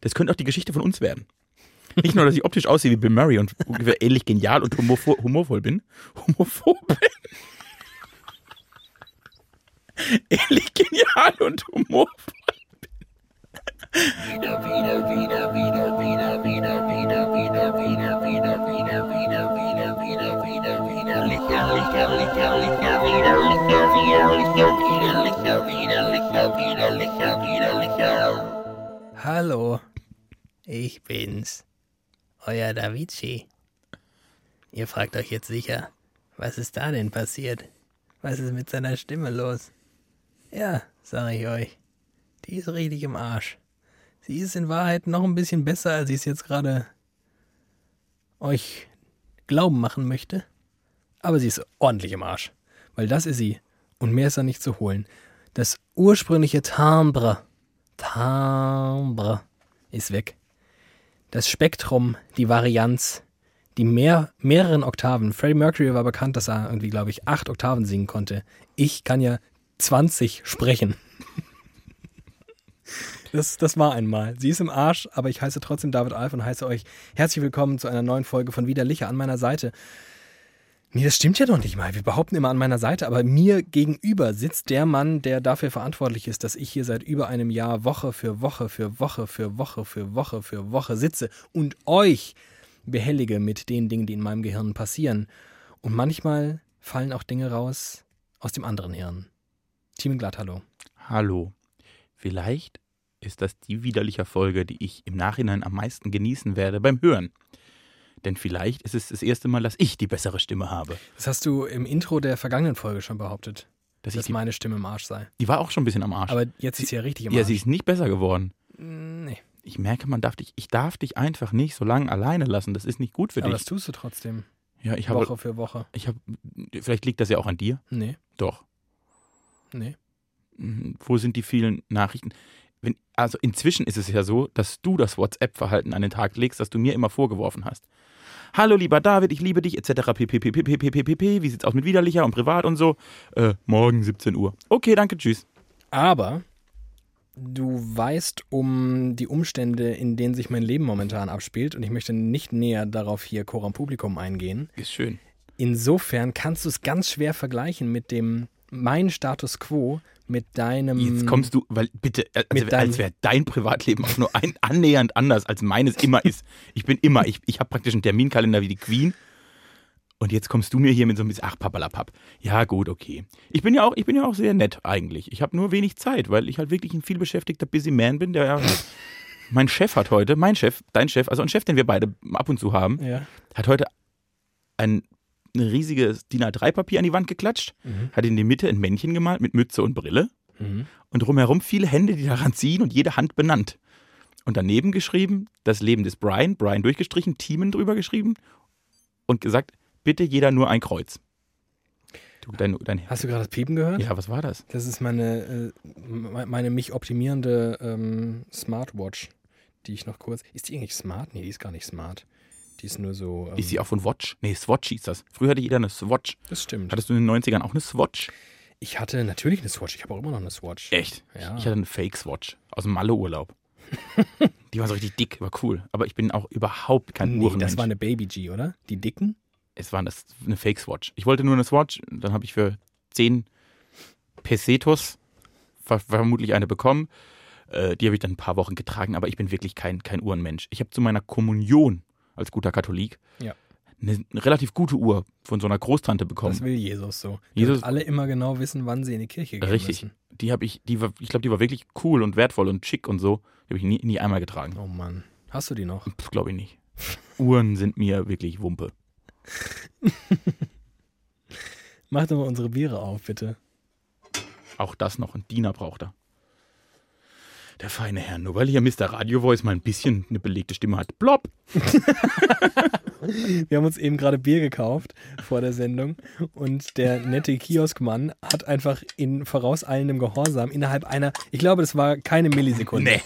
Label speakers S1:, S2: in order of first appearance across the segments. S1: Das könnte auch die Geschichte von uns werden. Nicht nur, dass ich optisch aussehe wie Bill Murray und ungefähr ähnlich genial und humorvo humorvoll bin. Homophob bin. ähnlich genial und humorvoll
S2: Hallo, ich bin's, euer Davici. Ihr fragt euch jetzt sicher, was ist da denn passiert? Was ist mit seiner Stimme los? Ja, sage ich euch, die ist richtig im Arsch. Sie ist in Wahrheit noch ein bisschen besser, als ich es jetzt gerade euch glauben machen möchte. Aber sie ist ordentlich im Arsch. Weil das ist sie. Und mehr ist da nicht zu holen. Das ursprüngliche Timbre, Timbre ist weg. Das Spektrum, die Varianz, die mehr, mehreren Oktaven. Freddie Mercury war bekannt, dass er irgendwie, glaube ich, acht Oktaven singen konnte. Ich kann ja 20 sprechen. Das, das war einmal. Sie ist im Arsch, aber ich heiße trotzdem David Alf und heiße euch herzlich willkommen zu einer neuen Folge von Widerlicher an meiner Seite. Nee, das stimmt ja doch nicht mal. Wir behaupten immer an meiner Seite, aber mir gegenüber sitzt der Mann, der dafür verantwortlich ist, dass ich hier seit über einem Jahr Woche für Woche für Woche für Woche für Woche für Woche sitze und euch behellige mit den Dingen, die in meinem Gehirn passieren. Und manchmal fallen auch Dinge raus aus dem anderen Hirn. Team Glatt, hallo.
S1: Hallo. Vielleicht ist das die widerliche Folge, die ich im Nachhinein am meisten genießen werde beim Hören. Denn vielleicht ist es das erste Mal, dass ich die bessere Stimme habe.
S2: Das hast du im Intro der vergangenen Folge schon behauptet,
S1: Dass ich
S2: dass
S1: die,
S2: meine Stimme im Arsch sei.
S1: die war auch schon ein bisschen am Arsch.
S2: Aber jetzt ist sie ja richtig im
S1: ja,
S2: Arsch. Hm,
S1: sie ist nicht besser geworden.
S2: nee,
S1: Ich merke, man darf dich, ich darf dich einfach nicht so lange alleine lassen. Das ist nicht gut für
S2: aber das
S1: dich.
S2: tust du trotzdem.
S1: Ja, ich habe,
S2: Woche für Woche.
S1: ich habe, vielleicht liegt das ja auch an dir.
S2: Nee,
S1: Doch.
S2: nee.
S1: Mhm. Wo sind die vielen Nachrichten? Wenn, also inzwischen ist es ja so, dass du das WhatsApp-Verhalten an den Tag legst, das du mir immer vorgeworfen hast. Hallo lieber David, ich liebe dich, etc. pppppppp, wie sieht's aus mit widerlicher und privat und so? Äh, morgen 17 Uhr. Okay, danke, tschüss.
S2: Aber du weißt um die Umstände, in denen sich mein Leben momentan abspielt und ich möchte nicht näher darauf hier Coram Publikum eingehen.
S1: Ist schön.
S2: Insofern kannst du es ganz schwer vergleichen mit dem mein Status Quo mit deinem
S1: Jetzt kommst du, weil bitte, äh, also,
S2: Mm. Mit deinem-
S1: als wäre dein Privatleben auch nur ein, annähernd anders, als meines immer ist. Ich bin immer, ich, ich habe praktisch einen Terminkalender wie die Queen. Und jetzt kommst du mir hier mit so einem, ach papalapap. Ja gut, okay. Ich bin ja auch, ich bin ja auch sehr nett eigentlich. Ich habe nur wenig Zeit, weil ich halt wirklich ein vielbeschäftigter Busy Man bin, der ja, mein Chef hat heute, mein Chef, dein Chef, also ein Chef, den wir beide ab und zu haben,
S2: ja.
S1: hat heute ein, ein riesiges DIN A3-Papier an die Wand geklatscht,
S2: Mhm.
S1: hat in die Mitte ein Männchen gemalt mit Mütze und Brille
S2: Mhm.
S1: und drumherum viele Hände, die daran ziehen und jede Hand benannt. Und daneben geschrieben, das Leben des Brian, Brian durchgestrichen, Teamen drüber geschrieben und gesagt, bitte jeder nur ein Kreuz. Du, dein, dein,
S2: Hast du gerade das Piepen gehört?
S1: ja, was war das?
S2: Das ist meine, äh, me- meine mich optimierende ähm, Smartwatch, die ich noch kurz. Ist die eigentlich smart? Nee, die ist gar nicht smart. Die ist nur so. Ähm,
S1: Ist sie auch von Watch? Nee, Swatch hieß das. Früher hatte jeder eine Swatch.
S2: Das stimmt.
S1: Hattest du in den 90ern auch eine Swatch?
S2: Ich hatte natürlich eine Swatch. Ich habe auch immer noch eine Swatch.
S1: Echt?
S2: Ja.
S1: Ich hatte eine Fake-Swatch aus dem Malle-Urlaub. die war so richtig dick, war cool. Aber ich bin auch überhaupt kein
S2: nee,
S1: Uhrenmensch.
S2: das war eine Baby G, oder? Die dicken?
S1: es war eine, eine Fake-Swatch. Ich wollte nur eine Swatch, dann habe ich für 10 Pesetos ver vermutlich eine bekommen. Äh, die habe ich dann ein paar Wochen getragen, aber ich bin wirklich kein, kein Uhrenmensch. Ich habe zu meiner Kommunion als guter Katholik
S2: Ja.
S1: eine, eine relativ gute Uhr von so einer Großtante bekommen.
S2: Das will Jesus so.
S1: Jesus-
S2: Jesus. alle immer genau wissen, wann sie in die Kirche gehen
S1: Richtig.
S2: müssen.
S1: Die habe ich, die war, ich glaube, die war wirklich cool und wertvoll und schick und so. Die habe ich nie, nie einmal getragen.
S2: Oh Mann. Hast du die noch?
S1: Glaube ich nicht. Uhren sind mir wirklich Wumpe.
S2: Mach doch mal unsere Biere auf, bitte.
S1: Auch das noch. Ein Diener braucht er. Der feine Herr, nur weil hier Mr. Radio Voice mal ein bisschen eine belegte Stimme hat. Blob!
S2: Wir haben uns eben gerade Bier gekauft vor der Sendung und der nette Kioskmann hat einfach in vorauseilendem Gehorsam innerhalb einer, ich glaube, das war keine Millisekunde,
S1: Nee.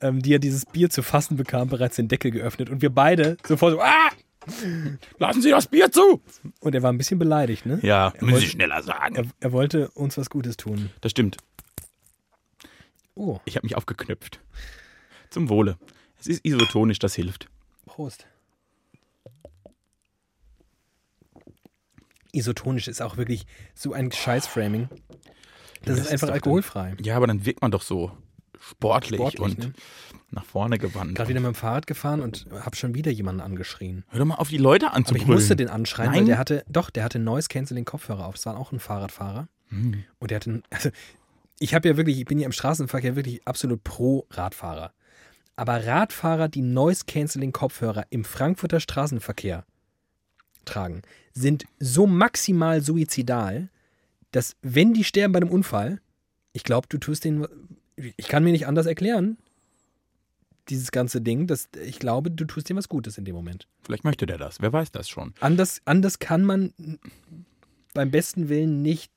S2: ähm, die er dieses Bier zu fassen bekam, bereits den Deckel geöffnet und wir beide sofort so, ah!
S1: Lassen Sie das Bier zu!
S2: Und er war ein bisschen beleidigt, ne?
S1: Ja, müssen
S2: wollte-
S1: Sie schneller sagen.
S2: Er, er wollte uns was Gutes tun.
S1: Das stimmt.
S2: Oh,
S1: Ich habe mich aufgeknüpft. Zum Wohle. Es ist isotonisch, das hilft.
S2: Prost. Isotonisch ist auch wirklich so ein Scheiß-Framing. Das,
S1: Das
S2: ist
S1: ist
S2: einfach
S1: doch
S2: alkoholfrei.
S1: Ja, aber dann wirkt man doch so sportlich,
S2: Sportlich,
S1: und
S2: ne?
S1: nach vorne gewandt.
S2: Gerade wieder mit dem Fahrrad gefahren und habe schon wieder jemanden angeschrien.
S1: Hör doch mal auf, die Leute
S2: Aber ich
S1: anzubrüllen.
S2: musste den anschreien, weil
S1: Nein.
S2: der hatte, doch, der hatte Noise Canceling Kopfhörer auf. Es war auch ein Fahrradfahrer.
S1: Hm.
S2: Und der hatte, einen- also ich habe ja wirklich, ich bin ja im Straßenverkehr wirklich absolut pro Radfahrer. Aber Radfahrer, die Noise Canceling Kopfhörer im Frankfurter Straßenverkehr tragen, sind so maximal suizidal, dass wenn die sterben bei einem Unfall, ich glaube, du tust denen, ich kann mir nicht anders erklären, dieses ganze Ding, dass ich glaube, du tust denen was Gutes in dem Moment.
S1: Vielleicht möchte der das. Wer weiß das schon.
S2: Anders, anders kann man beim besten Willen nicht.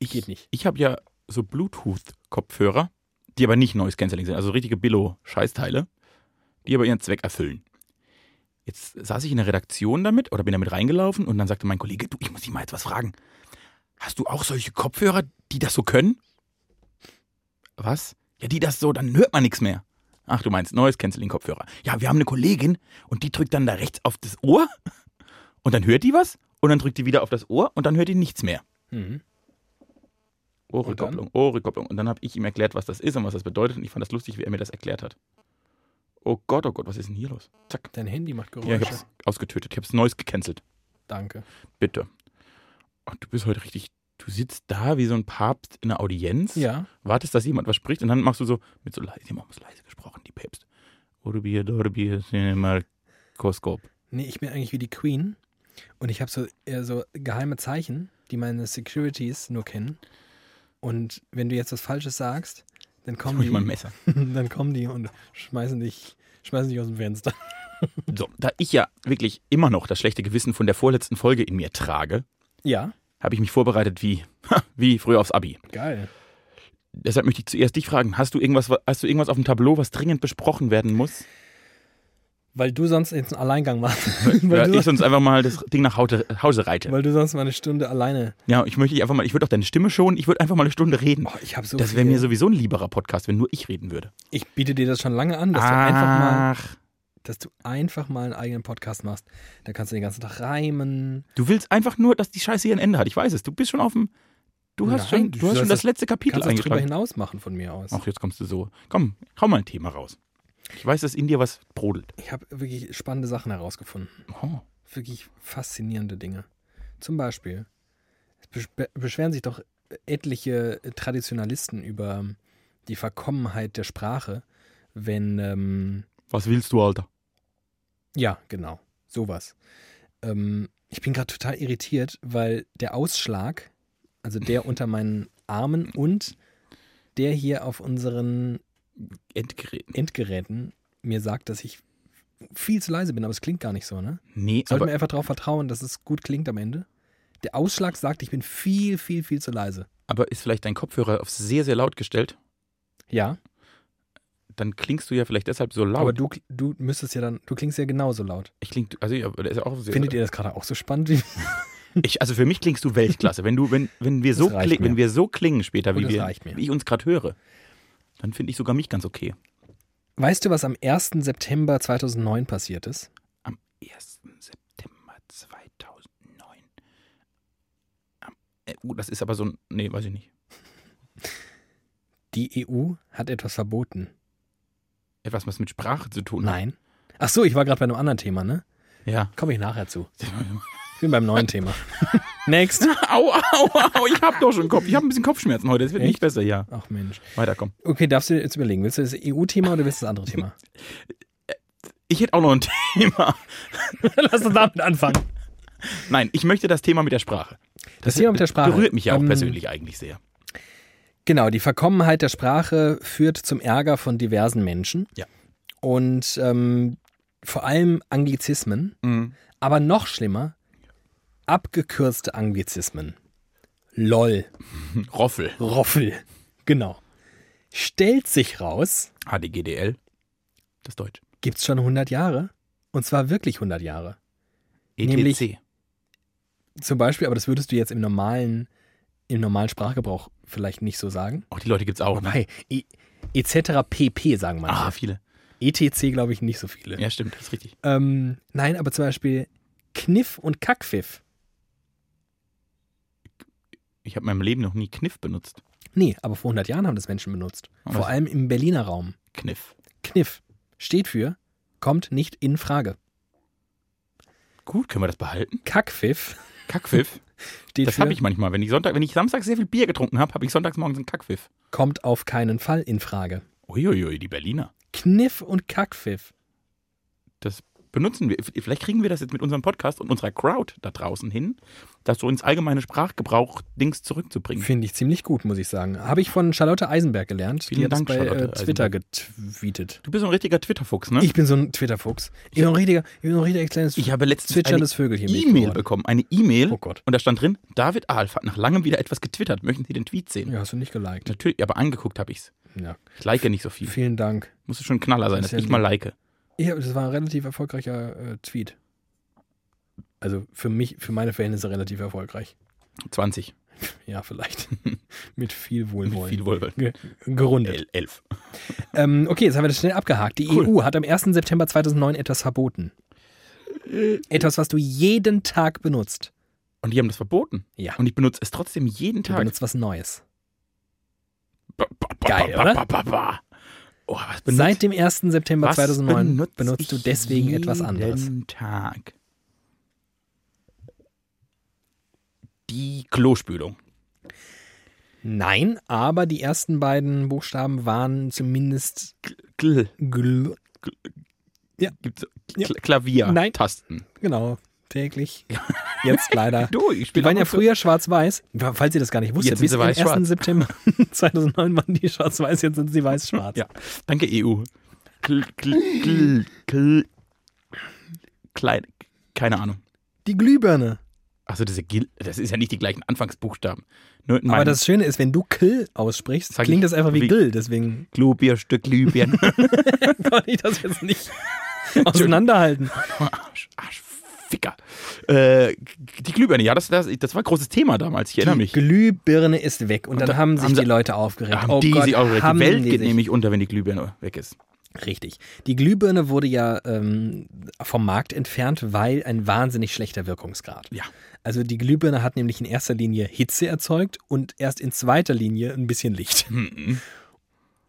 S1: Ich,
S2: Geht nicht.
S1: Ich habe ja so Bluetooth-Kopfhörer, die aber nicht Noise Cancelling sind, also richtige Billo-Scheißteile, die aber ihren Zweck erfüllen. Jetzt saß ich in der Redaktion damit oder bin damit reingelaufen und dann sagte mein Kollege, du, ich muss dich mal jetzt was fragen. Hast du auch solche Kopfhörer, die das so können? Was? Ja, die das so, dann hört man nichts mehr. Ach, du meinst Noise Cancelling Kopfhörer. Ja, wir haben eine Kollegin und die drückt dann da rechts auf das Ohr und dann hört die was und dann drückt die wieder auf das Ohr und dann hört die nichts mehr.
S2: Mhm.
S1: Oh, Ohrrückkopplung, Ohrrückkopplung. Und dann habe ich ihm erklärt, was das ist und was das bedeutet. Und ich fand das lustig, wie er mir das erklärt hat. Oh Gott, oh Gott, was ist denn hier los? Zack.
S2: Dein Handy macht
S1: Ja, ich
S2: Geräusche.
S1: hab's ausgetötet. Ich hab's Neues gecancelt.
S2: Danke.
S1: Bitte. Oh, du bist heute richtig. Du sitzt da wie so ein Papst in einer Audienz,
S2: Ja.
S1: wartest, dass jemand was spricht und dann machst du so mit so leise, die haben auch so leise gesprochen, die Päpste. Urbi, Dorbi, Cinemarkoskop.
S2: Nee, ich bin eigentlich wie die Queen. Und ich habe so, eher so geheime Zeichen, die meine Securities nur kennen. Und wenn du jetzt was Falsches sagst, dann
S1: Jetzt
S2: kommen
S1: hol ich
S2: die,
S1: mal ein Messer.
S2: dann kommen die und schmeißen dich, schmeißen dich aus dem Fenster.
S1: So, da ich ja wirklich immer noch das schlechte Gewissen von der vorletzten Folge in mir trage,
S2: Ja,
S1: habe ich mich vorbereitet wie, wie früher aufs Abi.
S2: geil.
S1: Deshalb möchte ich zuerst dich fragen, hast du irgendwas, hast du irgendwas auf dem Tableau, was dringend besprochen werden muss?
S2: Weil du sonst jetzt einen Alleingang machst.
S1: Weil
S2: weil,
S1: ich
S2: du,
S1: sonst einfach mal das Ding nach Haute, Hause reite.
S2: weil du sonst mal eine Stunde alleine.
S1: Ja, ich möchte dich einfach mal, ich würde auch deine Stimme schonen, ich würde einfach mal eine Stunde reden.
S2: Oh, ich habe so
S1: das wäre mir sowieso ein lieberer Podcast, wenn nur ich reden würde.
S2: Ich biete dir das schon lange an, dass du
S1: Ah.
S2: einfach mal
S1: Ach,
S2: dass du einfach mal einen eigenen Podcast machst. Dann kannst du den ganzen Tag reimen.
S1: du willst einfach nur, dass die Scheiße hier ein Ende hat. Ich weiß es. Du bist schon auf dem, du hast schon,
S2: Nein,
S1: du
S2: du
S1: hast schon
S2: sollst
S1: das
S2: das-
S1: letzte Kapitel
S2: kannst du drüber
S1: eingetragen.
S2: hinaus machen von mir aus.
S1: Ach, jetzt kommst du so. Komm, hau mal ein Thema raus. Ich weiß, dass in dir was brodelt.
S2: Ich habe wirklich spannende Sachen herausgefunden.
S1: Oh,
S2: Wirklich faszinierende Dinge. Zum Beispiel es beschw- beschweren sich doch etliche Traditionalisten über die Verkommenheit der Sprache, wenn ähm,
S1: was willst du, Alter?
S2: Ja, genau. Sowas. Ähm, ich bin gerade total irritiert, weil der Ausschlag, also der unter meinen Armen und der hier auf unseren
S1: Endgerät.
S2: Endgeräten mir sagt, dass ich viel zu leise bin, aber es klingt gar nicht so, ne?
S1: Nee,
S2: Sollten
S1: aber
S2: wir einfach darauf vertrauen, dass es gut klingt am Ende? Der Ausschlag sagt, ich bin viel, viel, viel zu leise.
S1: Aber ist vielleicht dein Kopfhörer auf sehr, sehr laut gestellt?
S2: Ja,
S1: Dann klingst du ja vielleicht deshalb so laut.
S2: aber du, du müsstest ja dann, du klingst ja genauso laut.
S1: ich kling, also ja, der ist ja auch sehr,
S2: Findet ihr das gerade auch so spannend? Wie,
S1: Ich, also für mich klingst du Weltklasse. Wenn du, wenn, wenn wir
S2: Das
S1: so
S2: reicht
S1: kli
S2: mir.
S1: wenn wir so klingen später,
S2: Oh,
S1: wie
S2: das
S1: wir,
S2: reicht mir.
S1: wie ich uns gerade höre, dann finde ich sogar mich ganz okay.
S2: weißt du, was am 1. September 2009 passiert ist?
S1: 1. September 2009. Am- äh, Uh, das ist aber so ein. Nee, weiß ich nicht.
S2: Die EU hat etwas verboten.
S1: Etwas, was mit Sprache zu tun hat.
S2: Nein. Ach so, ich war gerade bei einem anderen Thema, ne?
S1: Ja.
S2: Komme ich nachher zu. Ich bin beim neuen Thema. Next.
S1: Au, au, au, ich habe doch schon Kopf. Ich habe ein bisschen Kopfschmerzen heute. Es wird
S2: Echt?
S1: nicht besser, ja.
S2: Ach Mensch.
S1: Weiterkommen.
S2: Okay, darfst du jetzt überlegen, willst du das EU-Thema oder willst du das andere Thema?
S1: Ich hätte auch noch ein Thema.
S2: Lass uns damit anfangen.
S1: Nein, ich möchte das Thema mit der Sprache.
S2: Das Thema mit der Sprache.
S1: Berührt mich ja auch
S2: Ähm,
S1: persönlich eigentlich sehr.
S2: Genau, die Verkommenheit der Sprache führt zum Ärger von diversen Menschen.
S1: Ja.
S2: Und ähm, vor allem Anglizismen, aber noch schlimmer, abgekürzte Anglizismen. LOL,
S1: Roffel,
S2: Roffel. Genau. Stellt sich raus,
S1: HDGDL, das Deutsch.
S2: gibt es schon 100 Jahre. Und zwar wirklich 100 Jahre.
S1: ETC.
S2: Nämlich- Zum Beispiel, aber das würdest du jetzt im normalen, im normalen Sprachgebrauch vielleicht nicht so sagen.
S1: Auch die Leute Oh, gibt's auch. Ne?
S2: Wobei, I- etc. pp, sagen manche.
S1: Ah, viele.
S2: ETC glaube ich nicht so viele.
S1: Ja, stimmt, das ist richtig.
S2: Ähm, nein, aber zum Beispiel Kniff und Kackpfiff.
S1: Ich habe in meinem Leben noch nie Kniff benutzt.
S2: Nee, aber vor 100 Jahren haben das Menschen benutzt.
S1: Ah,
S2: Vor
S1: was?
S2: allem im Berliner Raum.
S1: Kniff.
S2: Kniff steht für kommt nicht in Frage.
S1: Gut, können wir das behalten?
S2: Kackpfiff
S1: Kackpfiff.
S2: steht
S1: Das
S2: für
S1: habe ich manchmal. Wenn ich, Sonntag, wenn ich Samstag sehr viel Bier getrunken habe, habe ich sonntags morgens einen Kackpfiff.
S2: kommt auf keinen Fall in Frage.
S1: Uiuiui, die Berliner.
S2: Kniff und Kackpfiff.
S1: Das benutzen wir. Vielleicht kriegen wir das jetzt mit unserem Podcast und unserer Crowd da draußen hin, das so ins allgemeine Sprachgebrauch Dings zurückzubringen.
S2: Finde ich ziemlich gut, muss ich sagen. Habe ich von Charlotte Eisenberg gelernt.
S1: Vielen
S2: die hat
S1: Dank,
S2: das bei äh,
S1: Charlotte
S2: Twitter getweetet.
S1: Du bist so ein richtiger Twitter-Fuchs, ne?
S2: Ich bin so ein Twitter-Fuchs. Ich bin so ein richtiger, ich bin so ein richtiger kleines
S1: Ich habe letztens eine
S2: zwitscherndes Vögelchen. bin ich
S1: E-Mail
S2: geworden.
S1: bekommen. ne? Eine E-Mail.
S2: Oh Gott.
S1: Und da stand drin, David Alf hat nach langem wieder etwas getwittert. Möchten Sie den Tweet sehen?
S2: Ja, hast du nicht geliked.
S1: Natürlich, aber angeguckt habe ich's.
S2: Ja.
S1: Ich like nicht so viel.
S2: Vielen Dank.
S1: Muss schon ein Knaller sein,
S2: Das ist
S1: dass
S2: ja
S1: ich mal like.
S2: Ja, das war ein relativ erfolgreicher äh, Tweet. Also für mich, für meine Verhältnisse relativ erfolgreich.
S1: 20.
S2: Ja, vielleicht. Mit viel
S1: Mit
S2: Wohlwollen.
S1: viel Wohlwollen.
S2: Ge gerundet.
S1: El- Elf.
S2: Ähm, okay, jetzt haben wir das schnell abgehakt. Die
S1: Cool.
S2: EU hat am 1. September 2009 etwas verboten.
S1: Äh,
S2: Etwas, was du jeden Tag benutzt.
S1: Und die haben das verboten.
S2: Ja.
S1: Und ich benutze es trotzdem jeden
S2: Du
S1: Tag.
S2: benutzt was Neues.
S1: Ba- ba- ba-
S2: Geil,
S1: ba-
S2: oder?
S1: ba- ba- ba. Oh, was benutzt,
S2: Seit dem 1. September
S1: was
S2: 2009
S1: benutze ich
S2: benutzt du deswegen etwas anderes.
S1: Jeden Tag. Die Klospülung.
S2: Nein, aber die ersten beiden Buchstaben waren zumindest
S1: Gl.
S2: gl
S1: Gibt's
S2: Ja.
S1: Kl Klavier.
S2: Nein.
S1: Tasten.
S2: genau täglich. Jetzt leider.
S1: Du, ich
S2: Ah. Die
S1: spiele
S2: waren ja
S1: ab und zu-
S2: früher schwarz-weiß, falls ihr das gar nicht wusstet.
S1: Jetzt sind
S2: Bis
S1: sie
S2: zum
S1: weiß-schwarz.
S2: 1. September 2009 waren die schwarz-weiß, jetzt sind sie weiß-schwarz.
S1: Ja, danke EU. Kl, kl, kl, kl, klein, keine Ahnung.
S2: Die Glühbirne.
S1: Also diese Gil, das ist ja nicht die gleichen Anfangsbuchstaben. Nur in
S2: Aber
S1: meinem
S2: das Schöne ist, wenn du Kill aussprichst,
S1: Sag
S2: klingt
S1: ich
S2: das einfach wie
S1: wie-
S2: Gill, deswegen
S1: Glühbirnstück, Glühbirn.
S2: kann ich das jetzt nicht auseinanderhalten.
S1: Arsch, Arschficker. Äh, die Glühbirne, ja, das, das, das war ein großes Thema damals, ich erinnere
S2: Die
S1: mich.
S2: Glühbirne ist weg und, dann
S1: da
S2: haben sich
S1: haben sie-
S2: die Leute aufgeregt.
S1: Da haben
S2: oh
S1: die
S2: Gott,
S1: sich auch Die
S2: haben
S1: Welt
S2: die
S1: geht
S2: sich-
S1: nämlich unter, wenn die Glühbirne weg ist.
S2: Richtig. Die Glühbirne wurde ja ähm, vom Markt entfernt, weil ein wahnsinnig schlechter Wirkungsgrad.
S1: Ja.
S2: Also die Glühbirne hat nämlich in erster Linie Hitze erzeugt und erst in zweiter Linie ein bisschen Licht.
S1: Mhm.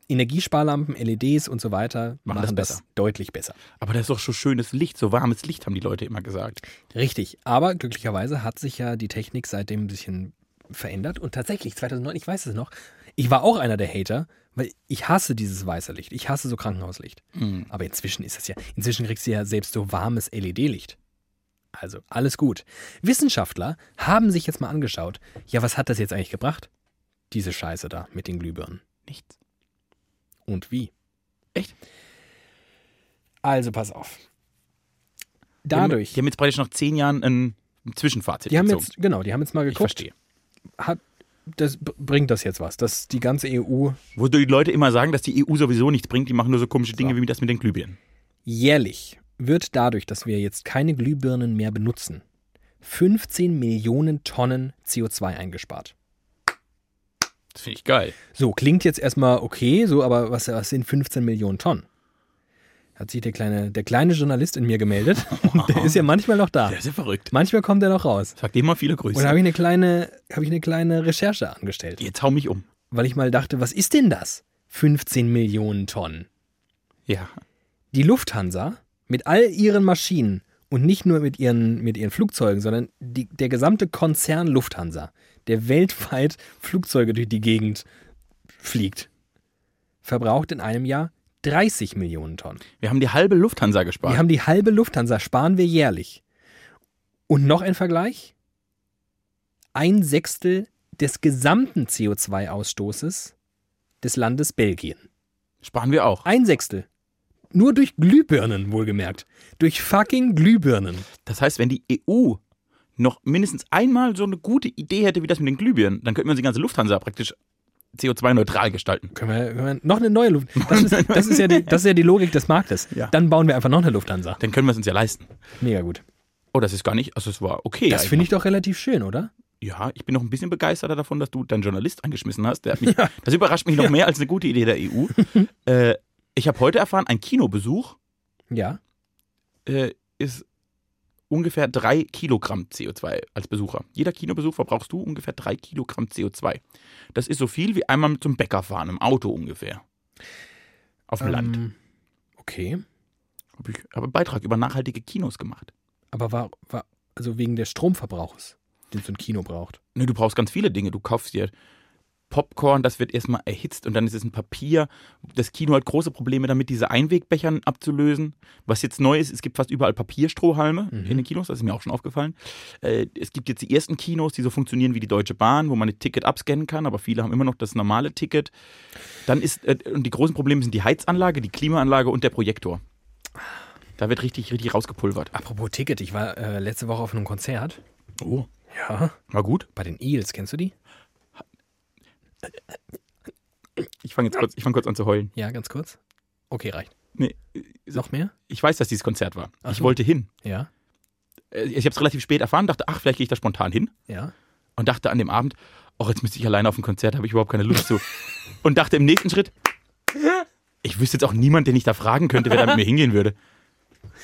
S2: Energiesparlampen, LEDs und so weiter machen,
S1: Machen das
S2: das,
S1: besser.
S2: deutlich besser.
S1: Aber das ist doch so schönes Licht, so warmes Licht, haben die Leute immer gesagt.
S2: Richtig. Aber glücklicherweise hat sich ja die Technik seitdem ein bisschen verändert. Und tatsächlich, 2009, ich weiß es noch, ich war auch einer der Hater, weil ich hasse dieses weiße Licht. Ich hasse so Krankenhauslicht.
S1: Mhm.
S2: Aber inzwischen ist es ja, inzwischen kriegst du ja selbst so warmes LED-Licht. Also alles gut. Wissenschaftler haben sich jetzt mal angeschaut, ja, was hat das jetzt eigentlich gebracht? Diese Scheiße da mit den Glühbirnen.
S1: Nichts.
S2: Und wie?
S1: Echt?
S2: Also pass auf.
S1: Die haben-
S2: Dadurch,
S1: Die haben jetzt praktisch nach zehn Jahren ein Zwischenfazit
S2: die haben
S1: gezogen.
S2: jetzt, genau, die haben jetzt mal
S1: ich
S2: geguckt,
S1: verstehe.
S2: hat, das, b- bringt das jetzt was, dass die ganze E EU
S1: Wo die Leute immer sagen, dass die EU sowieso nichts bringt, die machen nur so komische Dinge
S2: So.
S1: wie das mit den Glühbirnen.
S2: jährlich wird dadurch, dass wir jetzt keine Glühbirnen mehr benutzen, 15 Millionen Tonnen CO2 eingespart.
S1: Das finde ich geil.
S2: So, klingt jetzt erstmal okay, so, aber was, was sind 15 Millionen Tonnen? Hat sich der kleine, der kleine Journalist in mir gemeldet. der ist ja manchmal noch da.
S1: Der ist ja verrückt.
S2: Manchmal kommt er noch raus.
S1: Sag dem mal viele
S2: Und da
S1: Grüße.
S2: habe ich eine kleine, habe ich eine kleine Recherche angestellt.
S1: Jetzt hau mich um.
S2: weil ich mal dachte, was ist denn das? 15 Millionen Tonnen.
S1: Ja.
S2: Die Lufthansa mit all ihren Maschinen und nicht nur mit ihren, mit ihren Flugzeugen, sondern die, der gesamte Konzern Lufthansa, der weltweit Flugzeuge durch die Gegend fliegt, verbraucht in einem Jahr 30 Millionen Tonnen.
S1: Wir haben die halbe Lufthansa gespart.
S2: Wir haben die halbe Lufthansa, sparen wir jährlich. Und noch ein Vergleich. Ein Sechstel des gesamten CO2-Ausstoßes des Landes Belgien.
S1: Sparen wir auch.
S2: Ein Sechstel. Nur durch Glühbirnen, wohlgemerkt. Durch fucking Glühbirnen.
S1: Das heißt, wenn die EU noch mindestens einmal so eine gute Idee hätte wie das mit den Glühbirnen, dann könnte man die ganze Lufthansa praktisch CO2-neutral gestalten.
S2: Können wir, können wir noch eine neue Luft. Das ist, das, ist ja die, das ist ja die Logik des Marktes.
S1: Ja.
S2: Dann bauen wir einfach noch eine Lufthansa.
S1: Dann können wir es uns ja leisten.
S2: Mega gut.
S1: Oh, das ist gar nicht. Also, es war okay.
S2: Das finde ich doch relativ schön, oder?
S1: ja, ich bin noch ein bisschen begeisterter davon, dass du deinen Journalist angeschmissen hast. Der hat mich, Das überrascht mich noch mehr als eine gute Idee der EU. äh, ich habe heute erfahren, ein Kinobesuch
S2: Ja.
S1: äh, ist ungefähr drei Kilogramm CO2 als Besucher. Jeder Kinobesuch verbrauchst du ungefähr drei Kilogramm CO2. Das ist so viel wie einmal zum Bäcker fahren, im Auto ungefähr. Auf dem Land.
S2: Ähm, okay.
S1: Habe ich hab einen Beitrag über nachhaltige Kinos gemacht.
S2: Aber war, war also wegen des Stromverbrauchs, den so ein Kino braucht.
S1: Ne, du brauchst ganz viele Dinge. Du kaufst dir Popcorn, das wird erstmal erhitzt und dann ist es ein Papier. Das Kino hat große Probleme damit, diese Einwegbechern abzulösen. Was jetzt neu ist, es gibt fast überall Papierstrohhalme
S2: Mhm.
S1: in den Kinos, das ist mir auch schon aufgefallen. Äh, es gibt jetzt die ersten Kinos, die so funktionieren wie die Deutsche Bahn, wo man ein Ticket abscannen kann, aber viele haben immer noch das normale Ticket. Dann ist, äh, und die großen Probleme sind die Heizanlage, die Klimaanlage und der Projektor. Da wird richtig, richtig rausgepulvert.
S2: Apropos Ticket, ich war äh, letzte Woche auf einem Konzert.
S1: Oh,
S2: Ja.
S1: war gut.
S2: Bei den Eels, kennst du die?
S1: Ich fange jetzt kurz, ich fang kurz an zu heulen.
S2: Ja, ganz kurz. Okay, reicht.
S1: Nee, äh,
S2: Noch mehr?
S1: ich weiß, dass dieses Konzert war.
S2: Ach
S1: Ich
S2: so.
S1: wollte hin.
S2: Ja.
S1: Äh, Ich habe es relativ spät erfahren, dachte, ach, vielleicht gehe ich da spontan hin.
S2: Ja.
S1: Und dachte an dem Abend, ach, jetzt müsste ich alleine auf ein Konzert, habe ich überhaupt keine Lust zu. Und dachte im nächsten Schritt, ich wüsste jetzt auch niemand, den ich da fragen könnte, wer da mit mir hingehen würde.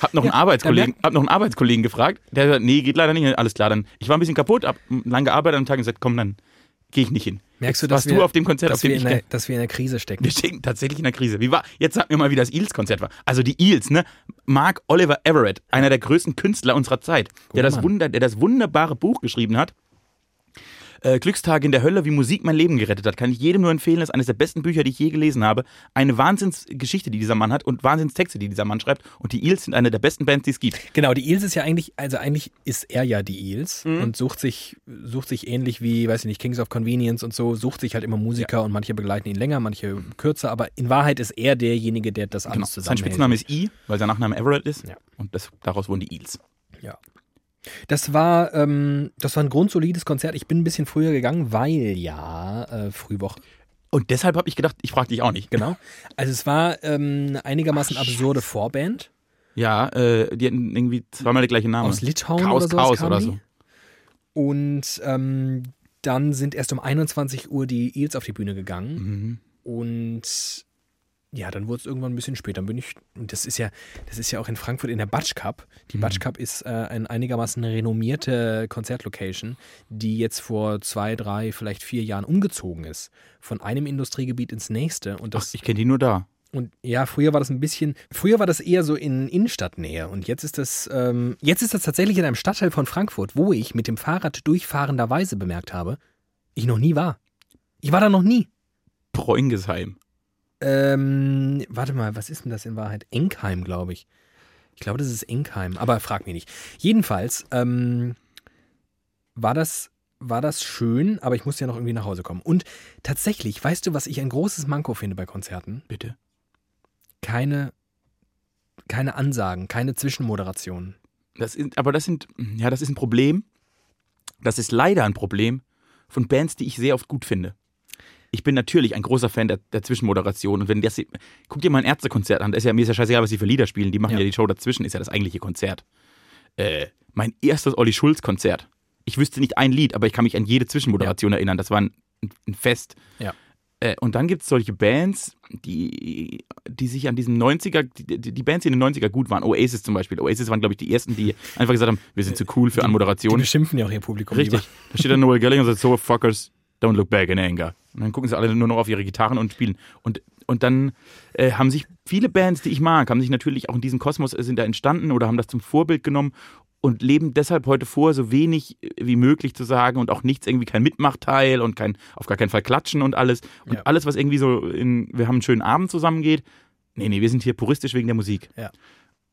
S1: Hab noch, einen Arbeitskollegen, hab noch einen Arbeitskollegen gefragt, der hat gesagt, nee, geht leider nicht. Alles klar, dann, ich war ein bisschen kaputt, hab lange gearbeitet am Tag und gesagt, komm, dann gehe ich nicht hin.
S2: Merkst du,
S1: Jetzt
S2: dass
S1: warst
S2: wir-
S1: du auf dem Konzert, auf
S2: Dass
S1: dem
S2: wir,
S1: ich
S2: in der, dass wir in der Krise stecken.
S1: wir stecken tatsächlich in der Krise. Wie war? Jetzt sag mir mal, wie das Eels-Konzert war. Also die Eels, ne? Mark Oliver Everett, einer der größten Künstler unserer Zeit, der das,
S2: Mann.
S1: Wunder, der das wunderbare Buch geschrieben hat. Äh, Glückstage in der Hölle, wie Musik mein Leben gerettet hat, kann ich jedem nur empfehlen. Das ist eines der besten Bücher, die ich je gelesen habe. Eine Wahnsinnsgeschichte, die dieser Mann hat und Wahnsinnstexte, die dieser Mann schreibt. Und die Eels sind eine der besten Bands, die es gibt.
S2: Genau, die Eels ist ja eigentlich, also eigentlich ist er ja die Eels
S1: Mhm.
S2: und sucht sich, sucht sich ähnlich wie, weiß ich nicht, Kings of Convenience und so, sucht sich halt immer Musiker und manche begleiten ihn länger, manche kürzer, aber in Wahrheit ist er derjenige, der das
S1: Genau.
S2: alles
S1: Sein
S2: zusammenhält.
S1: Spitzname ist I, weil sein Nachname Everett ist.
S2: Ja.
S1: Und das, daraus wurden die Eels.
S2: Ja. Das war, ähm, das war ein grundsolides Konzert. Ich bin ein bisschen früher gegangen, weil ja, äh, Frühwoche,
S1: Und deshalb habe ich gedacht, ich frage dich auch nicht.
S2: genau. Also es war ähm, eine einigermaßen absurde Vorband
S1: Ja, äh, die hatten irgendwie zweimal den gleichen Namen.
S2: aus Litauen
S1: Chaos,
S2: oder sowas
S1: Chaos
S2: kamen
S1: oder
S2: die.
S1: so.
S2: Und ähm, dann sind erst um 21 Uhr die Eels auf die Bühne gegangen. Und ja, dann wurde es irgendwann ein bisschen später. Dann bin ich, und das ist ja, das ist ja auch in Frankfurt in der Batsch Cup. Die Batsch Cup ist äh, eine einigermaßen renommierte Konzertlocation, die jetzt vor zwei, drei, vielleicht vier Jahren umgezogen ist. Von einem Industriegebiet ins nächste. Und
S1: Ach,
S2: das,
S1: ich kenne die nur da.
S2: und ja, früher war das ein bisschen, früher war das eher so in Innenstadtnähe. Und jetzt ist das, ähm, jetzt ist das tatsächlich in einem Stadtteil von Frankfurt, wo ich mit dem Fahrrad durchfahrenderweise bemerkt habe, ich noch nie war. Ich war da noch nie.
S1: Preungesheim.
S2: Ähm, warte mal, was ist denn das in Wahrheit? Enkheim, glaube ich. Ich glaube, das ist Enkheim, aber frag mich nicht. Jedenfalls, ähm, war das, war das schön, aber ich musste ja noch irgendwie nach Hause kommen. Und tatsächlich, weißt du, was ich ein großes Manko finde bei Konzerten?
S1: Bitte.
S2: Keine, keine Ansagen, keine Zwischenmoderationen.
S1: Das sind, aber das sind, ja, das ist ein Problem. Das ist leider ein Problem von Bands, die ich sehr oft gut finde. Ich bin natürlich ein großer Fan der, der Zwischenmoderation. Und wenn das, guck dir mal ein Ärztekonzert an. Da ist ja, mir ist ja scheißegal, was sie für Lieder spielen. Die machen ja,
S2: Ja.
S1: die Show dazwischen. Ist ja das eigentliche Konzert. Äh, mein erstes Olli Schulz-Konzert. Ich wüsste nicht ein Lied, aber ich kann mich an jede Zwischenmoderation erinnern. Das war ein, ein Fest.
S2: Ja.
S1: Äh, und dann gibt es solche Bands, die, die sich an diesem 90er, die, die die Bands, die in den 90er gut waren, Oasis zum Beispiel. Oasis waren, glaube ich, die ersten, die einfach gesagt haben, wir sind zu cool für
S2: Die
S1: Anmoderation.
S2: beschimpfen ja auch ihr Publikum.
S1: Richtig.
S2: lieber.
S1: Da steht dann Noel Gallagher und sagt, so fuckers, don't look back in anger. Und dann gucken sie alle nur noch auf ihre Gitarren und spielen. Und, und dann äh, haben sich viele Bands, die ich mag, haben sich natürlich auch in diesem Kosmos äh, sind da entstanden oder haben das zum Vorbild genommen und leben deshalb heute vor, so wenig äh, wie möglich zu sagen und auch nichts, irgendwie kein Mitmachteil und kein, auf gar keinen Fall klatschen und alles. Und
S2: Ja.
S1: alles, was irgendwie so in, wir haben einen schönen Abend zusammengeht. Nee, nee, wir sind hier puristisch wegen der Musik.
S2: Ja.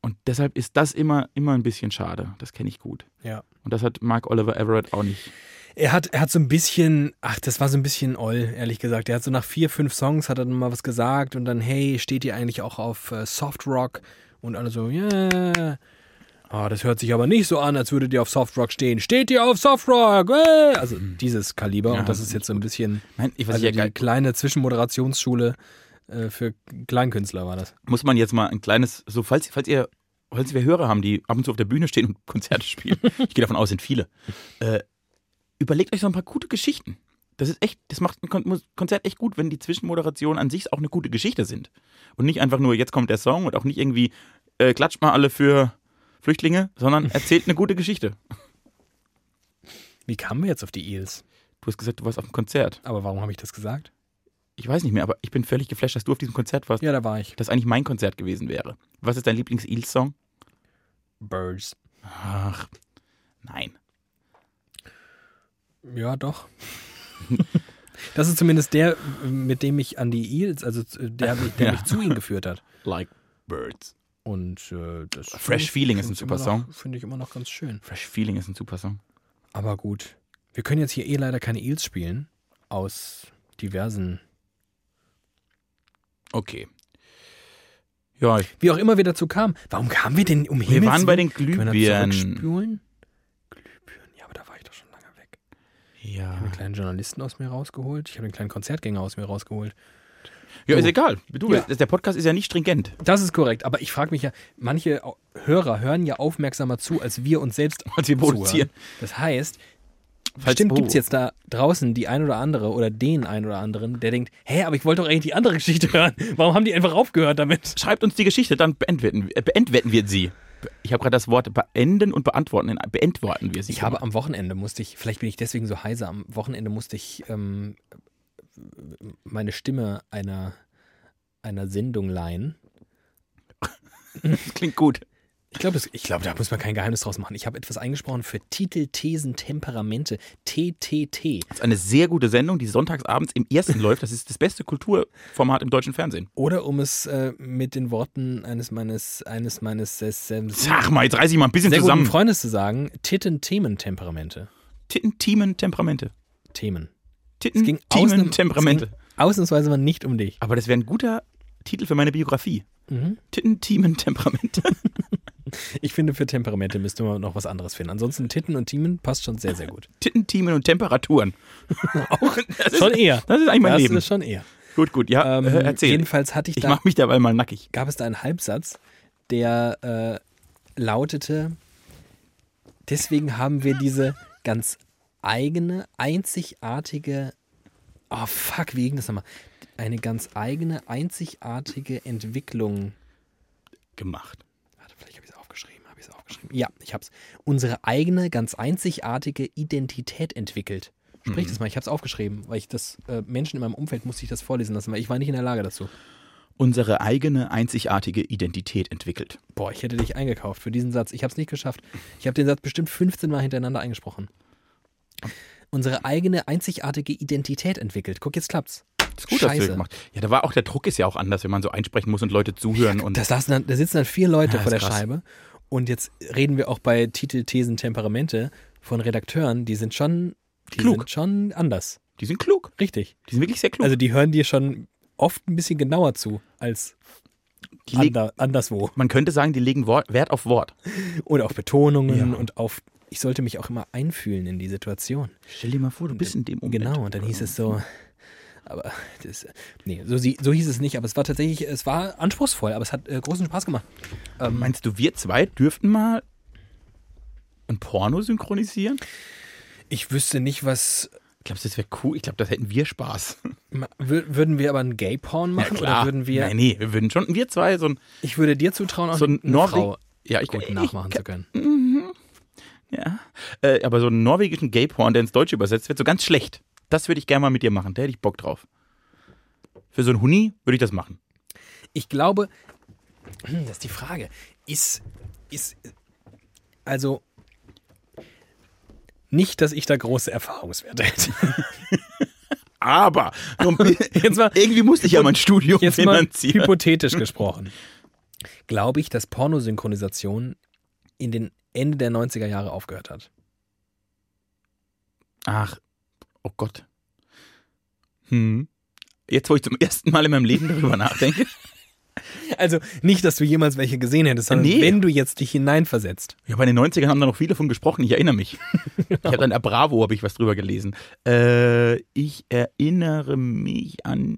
S1: Und deshalb ist das immer, immer ein bisschen schade. Das kenne ich gut.
S2: Ja.
S1: Und das hat Mark Oliver Everett auch nicht.
S2: Er hat, er hat so ein bisschen, ach, das war so ein bisschen oll, ehrlich gesagt. Er hat so nach vier, fünf Songs hat er dann mal was gesagt und dann, hey, steht ihr eigentlich auch auf äh, Soft Rock? Und alle so, ja. Yeah. Ah, das hört sich aber nicht so an, als würdet ihr auf Soft Rock stehen. Steht ihr auf Soft Rock? Äh! Also dieses Kaliber
S1: Ja,
S2: und das
S1: das
S2: ist jetzt so ein bisschen,
S1: Nein, ich weiß
S2: also
S1: ja
S2: die
S1: geil.
S2: kleine Zwischenmoderationsschule äh, für Kleinkünstler war das.
S1: Muss man jetzt mal ein kleines, so falls, falls ihr, falls wir Hörer haben, die ab und zu auf der Bühne stehen und Konzerte spielen, ich gehe davon aus, sind viele. Äh, überlegt euch so ein paar gute Geschichten. Das ist echt, das macht ein Kon Konzert echt gut, wenn die Zwischenmoderationen an sich auch eine gute Geschichte sind. Und nicht einfach nur, jetzt kommt der Song und auch nicht irgendwie, äh, klatscht mal alle für Flüchtlinge, sondern erzählt eine gute Geschichte.
S2: Wie kamen wir jetzt auf die Eels?
S1: Du hast gesagt, du warst auf dem Konzert.
S2: Aber warum habe ich das gesagt?
S1: Ich weiß nicht mehr, aber ich bin völlig geflasht, dass du auf diesem Konzert warst,
S2: Ja, da war ich.
S1: das eigentlich mein Konzert gewesen wäre. Was ist dein Lieblings-Eels-Song?
S2: Birds.
S1: Ach, nein.
S2: Ja, doch. das ist zumindest der, mit dem ich an die Eels, also zu- der, mich- der
S1: Ja.
S2: mich zu ihnen geführt hat.
S1: Like Birds.
S2: Und äh, das
S1: Fresh Feeling ist ein
S2: find's
S1: super
S2: immer
S1: Song.
S2: Noch, Finde ich immer noch ganz schön.
S1: Fresh Feeling ist ein super Song.
S2: Aber gut. Wir können jetzt hier eh leider keine Eels spielen. Aus diversen.
S1: Okay. Ja, ich,
S2: Wie auch immer wir dazu kamen. Warum kamen wir denn um
S1: wir
S2: Himmels
S1: waren bei den
S2: Können wir da
S1: Glühbirnen.
S2: zurückspulen? Glühbirnen, ja, aber da war ich doch schon lange weg. Ich habe
S1: Ja.
S2: einen kleinen Journalisten aus mir rausgeholt. Ich habe einen kleinen Konzertgänger aus mir rausgeholt.
S1: ja, ist
S2: So.
S1: egal. Du,
S2: Ja.
S1: Der Podcast ist ja nicht stringent.
S2: Das ist korrekt, aber ich frage mich ja, manche Au- Hörer hören ja aufmerksamer zu, als wir uns selbst
S1: Als wir
S2: zuhören.
S1: produzieren.
S2: Das heißt,
S1: Falls-
S2: bestimmt
S1: oh.
S2: gibt es jetzt da draußen die ein oder andere oder den ein oder anderen, der denkt, hä, aber ich wollte doch eigentlich die andere Geschichte hören. Warum haben die einfach aufgehört damit?
S1: Schreibt uns die Geschichte, dann beantworten, äh, beantworten wir sie. Be- Ich habe gerade das Wort beenden und beantworten. in- Beantworten wir sie.
S2: Ich habe am Wochenende musste ich, vielleicht bin ich deswegen so heiser, am Wochenende musste ich ähm, meine Stimme einer, einer Sendung leihen.
S1: das klingt gut.
S2: Ich glaube, das- ich glaube, da muss man kein Geheimnis draus machen. Ich habe etwas eingesprochen für Titel, Thesen, Temperamente, TTT.
S1: Das ist eine sehr gute Sendung, die sonntagsabends im ersten läuft. Das ist das beste Kulturformat im deutschen Fernsehen.
S2: Oder um es äh, mit den Worten eines meines, eines meines äh, sehr
S1: Sag mal, jetzt reiß ich mal ein bisschen
S2: guten
S1: zusammen.
S2: Freundes zu sagen, Titten, Themen, Temperamente.
S1: Titten, Teamen, Temperamente.
S2: Themen. Es
S1: Titten,
S2: ausnahms-
S1: Teamen,
S2: es
S1: Temperamente.
S2: ging ausnahmsweise mal nicht um dich.
S1: Aber das wäre ein guter Titel für meine Biografie.
S2: Mhm.
S1: Titten, Teamen, Temperamente.
S2: Ich finde, für Temperamente müsste man noch was anderes finden. Ansonsten Titten und Themen passt schon sehr, sehr gut.
S1: Titten, Teamen und Temperaturen.
S2: Auch
S1: Das ist,
S2: schon eher.
S1: das ist eigentlich mein
S2: das
S1: Leben.
S2: ist schon eher.
S1: Gut, gut, ja,
S2: Ähm,
S1: äh, erzähl.
S2: Jedenfalls hatte ich
S1: Ich
S2: da
S1: mache mich dabei mal nackig.
S2: gab es da einen Halbsatz, der äh, lautete, deswegen haben wir diese ganz eigene, einzigartige, oh fuck, wie ging das nochmal? Eine ganz eigene, einzigartige Entwicklung.
S1: Gemacht.
S2: Warte, vielleicht habe ich es aufgeschrieben, habe ich es aufgeschrieben. Ja, ich habe es. Unsere eigene, ganz einzigartige Identität entwickelt. Sprich das mal, ich habe es aufgeschrieben, weil ich das äh, Menschen in meinem Umfeld musste ich das vorlesen lassen, weil ich war nicht in der Lage dazu.
S1: Unsere eigene, einzigartige Identität entwickelt.
S2: Boah, ich hätte dich eingekauft für diesen Satz. Ich habe es nicht geschafft. Ich habe den Satz bestimmt 15 Mal hintereinander eingesprochen. Unsere eigene einzigartige Identität entwickelt. Guck, jetzt klappt's.
S1: Das ist gut, dass du
S2: Scheiße.
S1: gemacht Ja, da war auch der Druck ist ja auch anders, wenn man so einsprechen muss und Leute zuhören. Und
S2: Da, saßen dann, da sitzen dann vier Leute
S1: Ja,
S2: vor der
S1: ist krass.
S2: Scheibe. Und jetzt reden wir auch bei Titel, Thesen, Temperamente von Redakteuren. Die sind schon, die
S1: Klug.
S2: sind schon anders.
S1: die sind klug.
S2: Richtig.
S1: Die sind wirklich sehr klug.
S2: Also die hören dir schon oft ein bisschen genauer zu als
S1: die leg-
S2: ander, anderswo.
S1: man könnte sagen, die legen Wort, Wert auf Wort.
S2: Oder auf Betonungen
S1: Ja.
S2: und auf. Ich sollte mich auch immer einfühlen in die Situation.
S1: Stell dir mal vor, du bist in dem Moment.
S2: Genau, und dann hieß es so, aber das, nee, so, sie- so hieß es nicht, aber es war tatsächlich, es war anspruchsvoll, aber es hat äh, großen Spaß gemacht.
S1: Meinst du, wir zwei dürften mal ein Porno synchronisieren?
S2: Ich wüsste nicht, was,
S1: Glaubst du, das wäre cool? Ich glaube, das hätten wir Spaß. Ah,
S2: ma- wür- würden wir aber einen Gay-Porn machen oder würden wir,
S1: Nein, nee, wir würden schon, wir zwei, so ein,
S2: ich würde dir zutrauen, auch
S1: so ein
S2: eine Frau
S1: Norweg. Ja, ich,
S2: gut
S1: ich,
S2: nachmachen zu können.
S1: Ja. Äh, aber so einen norwegischen Gay-Porn, der ins Deutsche übersetzt wird, so ganz schlecht. Das würde ich gerne mal mit dir machen. Da hätte ich Bock drauf. Für so einen Huni würde ich das machen.
S2: Ich glaube, hm, das ist die Frage, ist, ist, also, nicht, dass ich da große Erfahrungswerte hätte.
S1: Aber
S2: Jetzt mal-
S1: irgendwie musste ich ja mein Studium
S2: Jetzt mal
S1: finanzieren.
S2: hypothetisch gesprochen. Glaube ich, dass Pornosynchronisation in den Ende der 90er Jahre aufgehört hat.
S1: Ach, oh Gott. Hm. Jetzt, wo ich zum ersten Mal in meinem Leben darüber nachdenke.
S2: Also nicht, dass du jemals welche gesehen hättest, sondern
S1: Nee.
S2: wenn du jetzt dich hineinversetzt.
S1: Ja, bei den 90ern haben da noch viele von gesprochen, ich erinnere mich. Ich habe dann der Bravo, Äh, habe ich was drüber gelesen. Äh, ich erinnere mich an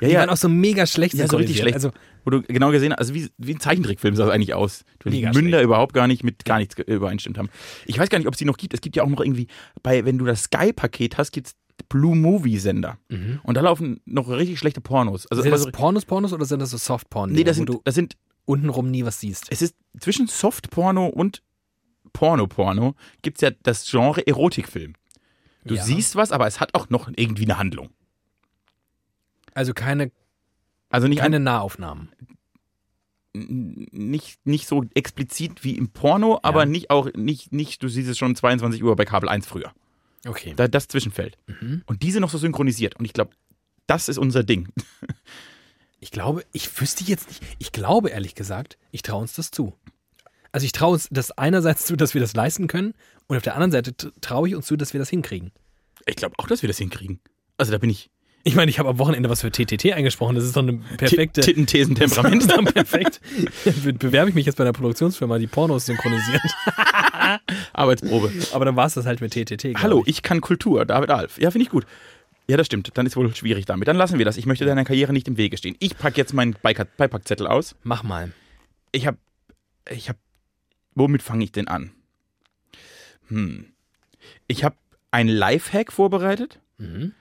S1: Ja,
S2: die
S1: ja.
S2: waren auch so mega schlecht
S1: Ja, so richtig
S2: synchronisiert.
S1: schlecht.
S2: Also,
S1: Wo du genau gesehen hast, also wie, wie ein Zeichentrickfilm sah es eigentlich aus. Weil die
S2: Mega
S1: Münder
S2: schlecht.
S1: überhaupt gar nicht mit gar nichts ge- übereinstimmt haben. Ich weiß gar nicht, ob es die noch gibt. Es gibt ja auch noch irgendwie, bei, wenn du das Sky-Paket hast, gibt es Blue Movie-Sender. Und da laufen noch richtig schlechte Pornos. Also,
S2: Mhm. sind
S1: aber
S2: das
S1: so-
S2: Pornos, Pornos oder sind das so Softporn?
S1: nee, das
S2: wo
S1: sind,
S2: du
S1: das sind,
S2: untenrum nie was siehst.
S1: es ist zwischen Soft-Porno und Porno-Porno gibt es ja das Genre Erotikfilm. Du
S2: Ja.
S1: siehst was, aber es hat auch noch irgendwie eine Handlung.
S2: Also keine,
S1: Also nicht eine
S2: keine Nahaufnahmen.
S1: nicht, nicht so explizit wie im Porno, aber nicht auch nicht, nicht, du siehst es schon 22 Uhr bei Kabel 1 früher.
S2: Okay.
S1: Da, das Zwischenfeld.
S2: Mhm.
S1: Und diese noch so synchronisiert. Und ich glaube, das ist unser Ding.
S2: Ich glaube, ich wüsste jetzt nicht. Ich glaube ehrlich gesagt, ich traue uns das zu. Also ich traue uns das einerseits zu, dass wir das leisten können und auf der anderen Seite t- traue ich uns zu, dass wir das hinkriegen.
S1: Ich glaube auch, dass wir das hinkriegen. Also da bin ich
S2: Ich meine, ich habe am Wochenende was für TTT eingesprochen. Das ist doch eine perfekte...
S1: Titten, Thesen, Temperament.
S2: Dann perfekt. Be- Bewerbe ich mich jetzt bei einer Produktionsfirma, die Pornos synchronisiert.
S1: Arbeitsprobe.
S2: Aber dann war es das halt mit TTT. glaub
S1: Hallo,
S2: ich.
S1: ich kann Kultur, David Alf. Ja, finde ich gut. Ja, das stimmt. Dann ist wohl schwierig damit. Dann lassen wir das. Ich möchte deiner Karriere nicht im Wege stehen. Ich packe jetzt meinen Beipack- Beipackzettel aus.
S2: Mach mal.
S1: Ich habe, ich habe, womit fange ich denn an? Hm. Ich habe einen Lifehack vorbereitet.
S2: Mhm.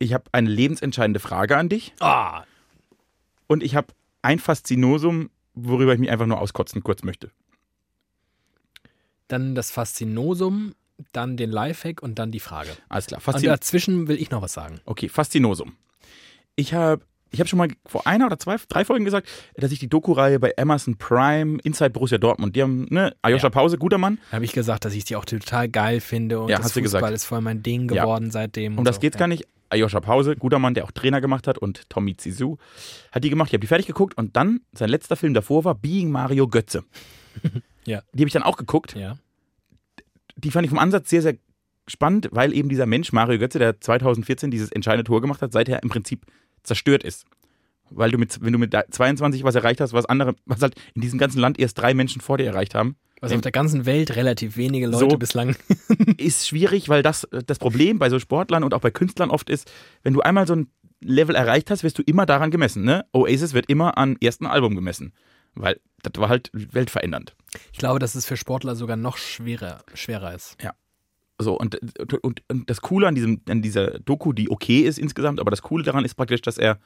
S1: Ich habe eine lebensentscheidende Frage an dich.
S2: Ah,
S1: Und ich habe ein Faszinosum, worüber ich mich einfach nur auskotzen kurz möchte.
S2: dann das Faszinosum, dann den Lifehack und dann die Frage.
S1: Alles klar.
S2: Und
S1: Faszin
S2: dazwischen will ich noch was sagen.
S1: okay, Faszinosum. Ich habe ich hab schon mal vor einer oder zwei, drei Folgen gesagt, dass ich die Doku-Reihe bei Amazon Prime Inside Borussia Dortmund, die haben, ne, Ayosha
S2: Ja.
S1: Pause, guter Mann.
S2: Da habe ich gesagt, dass ich die auch total geil finde und
S1: Ja,
S2: das
S1: hast du
S2: Fußball
S1: gesagt.
S2: ist voll mein Ding
S1: Ja.
S2: geworden seitdem.
S1: Um das
S2: so.
S1: geht's gar nicht. Ayosha Pause, guter Mann, der auch Trainer gemacht hat und Tommy Zizou hat die gemacht. Ich habe die fertig geguckt und dann, sein letzter Film davor war Being Mario Götze.
S2: Ja.
S1: Die habe ich dann auch geguckt.
S2: Ja.
S1: Die fand ich vom Ansatz sehr, sehr spannend, weil eben dieser Mensch, Mario Götze, der 2014 dieses entscheidende Tor gemacht hat, seither im Prinzip zerstört ist. Weil du mit, wenn du mit 22 was erreicht hast, was andere, was halt in diesem ganzen Land erst drei Menschen vor dir erreicht haben,
S2: Was Also auf der ganzen Welt relativ wenige Leute
S1: So.
S2: bislang.
S1: ist schwierig, weil das äh, das Problem bei so Sportlern und auch bei Künstlern oft ist, wenn du einmal so ein Level erreicht hast, wirst du immer daran gemessen. Ne? Oasis wird immer an ersten Album gemessen, weil das war halt weltverändernd.
S2: Ich glaube, dass es für Sportler sogar noch schwerer, schwerer ist.
S1: So, und, und, und das Coole an, diesem, an dieser Doku, die okay ist insgesamt, aber das Coole daran ist praktisch, dass er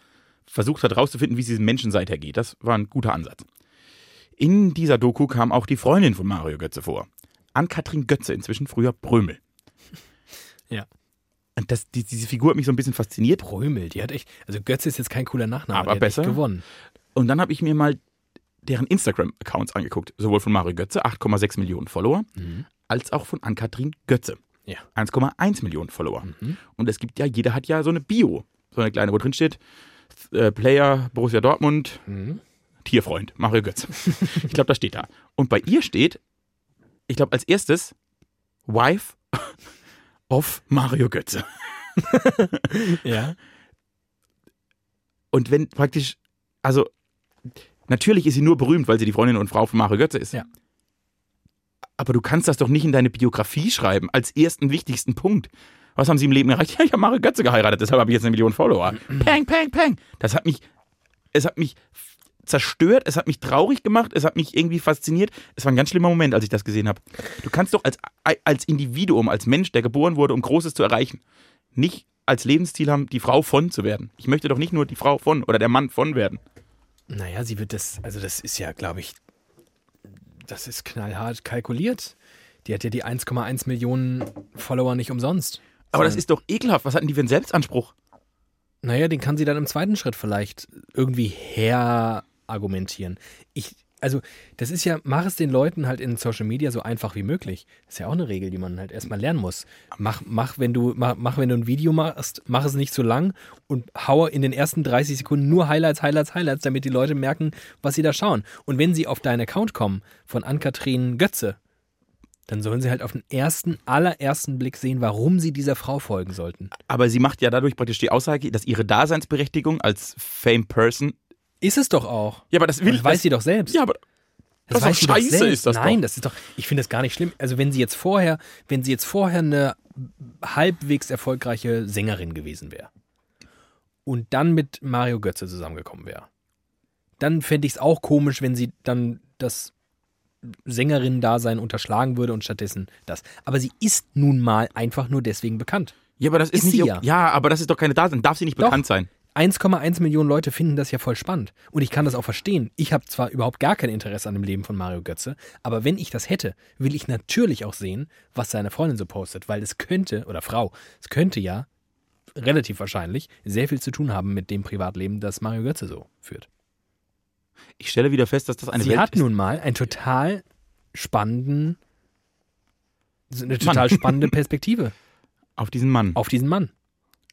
S1: versucht hat herauszufinden, wie es diesem Menschen seither geht. Das war ein guter Ansatz. In dieser Doku kam auch die Freundin von Mario Götze vor. Ann-Kathrin Götze, inzwischen früher Brömel.
S2: Ja.
S1: Und das, die, diese Figur hat mich so ein bisschen fasziniert.
S2: Brömel, die hat echt. Also Götze ist jetzt kein cooler Nachname,
S1: Aber
S2: die hat echt
S1: besser.
S2: gewonnen.
S1: Und dann habe ich mir mal deren Instagram-Accounts angeguckt. Sowohl von Mario Götze, 8,6 Millionen Follower,
S2: Mhm.
S1: als auch von Ann-Kathrin Götze.
S2: Ja.
S1: 1,1 Millionen Follower. Und es gibt ja, jeder hat ja so eine Bio. So eine kleine, wo drin steht, äh, Player Borussia Dortmund, Tierfreund Mario Götze. ich glaube, das steht da. Und bei ihr steht, ich glaube, als erstes, Wife of Mario Götze.
S2: Ja.
S1: Und wenn praktisch, also natürlich ist sie nur berühmt, weil sie die Freundin und Frau von Mario Götze ist.
S2: Ja.
S1: Aber du kannst das doch nicht in deine Biografie schreiben, als ersten wichtigsten Punkt. Was haben sie im Leben erreicht? Ja, ich habe Mario Götze geheiratet, deshalb habe ich jetzt eine Million Follower. Peng, peng, peng. Das hat mich, es hat mich zerstört, es hat mich traurig gemacht, es hat mich irgendwie fasziniert. Es war ein ganz schlimmer Moment, als ich das gesehen habe. Du kannst doch als, als Individuum, als Mensch, der geboren wurde, um Großes zu erreichen, nicht als Lebensziel haben, die Frau von zu werden. Ich möchte doch nicht nur die Frau von oder der Mann von werden.
S2: Naja, sie wird das, also das ist ja, glaube ich, das ist knallhart kalkuliert. Die hat ja die 1,1 Millionen Follower nicht umsonst.
S1: Aber das ist doch ekelhaft. Was hatten die für einen Selbstanspruch?
S2: Naja, den kann sie dann im zweiten Schritt vielleicht irgendwie herargumentieren. Ich, also, das ist ja, mach es den Leuten halt in Social Media so einfach wie möglich. Das ist ja auch eine Regel, die man halt erstmal lernen muss. Mach, mach, wenn du, mach, mach, wenn du ein Video machst, mach es nicht zu lang und hau in den ersten 30 Sekunden nur Highlights, Highlights, Highlights, damit die Leute merken, was sie da schauen. Und wenn sie auf deinen Account kommen von Ann-Kathrin Götze, dann sollen sie halt auf den ersten, allerersten Blick sehen, warum sie dieser Frau folgen sollten.
S1: Aber sie macht ja dadurch praktisch die Aussage, dass ihre Daseinsberechtigung als Fame-Person.
S2: Ist es doch auch.
S1: Ja, aber das will
S2: Das weiß
S1: das,
S2: sie doch selbst.
S1: Ja, aber Das ist
S2: weiß sie
S1: doch scheiße,
S2: selbst.
S1: ist das
S2: Nein,
S1: doch.
S2: das ist doch. Ich finde das gar nicht schlimm. Also wenn sie jetzt vorher, wenn sie jetzt vorher eine halbwegs erfolgreiche Sängerin gewesen wäre und dann mit Mario Götze zusammengekommen wäre. Dann fände ich es auch komisch, wenn sie dann das Sängerinnen-Dasein unterschlagen würde und stattdessen das. Aber sie ist nun mal einfach nur deswegen bekannt.
S1: Ja, aber das ist,
S2: Ist
S1: nicht.
S2: sie
S1: ihr-
S2: ja.
S1: ja, aber das ist doch keine Daten. Darf sie nicht
S2: Doch.
S1: bekannt sein?
S2: 1,1 Millionen Leute finden das ja voll spannend. Und ich kann das auch verstehen. Ich habe zwar überhaupt gar kein Interesse an dem Leben von Mario Götze, aber wenn ich das hätte, will ich natürlich auch sehen, was seine Freundin so postet, weil es könnte, oder Frau, es könnte ja relativ wahrscheinlich sehr viel zu tun haben mit dem Privatleben, das Mario Götze so führt.
S1: Ich stelle wieder fest, dass das eine
S2: Sie
S1: Welt
S2: hat
S1: ist.
S2: nun mal einen total spannenden, so eine total spannende Perspektive
S1: Auf diesen Mann.
S2: auf diesen Mann.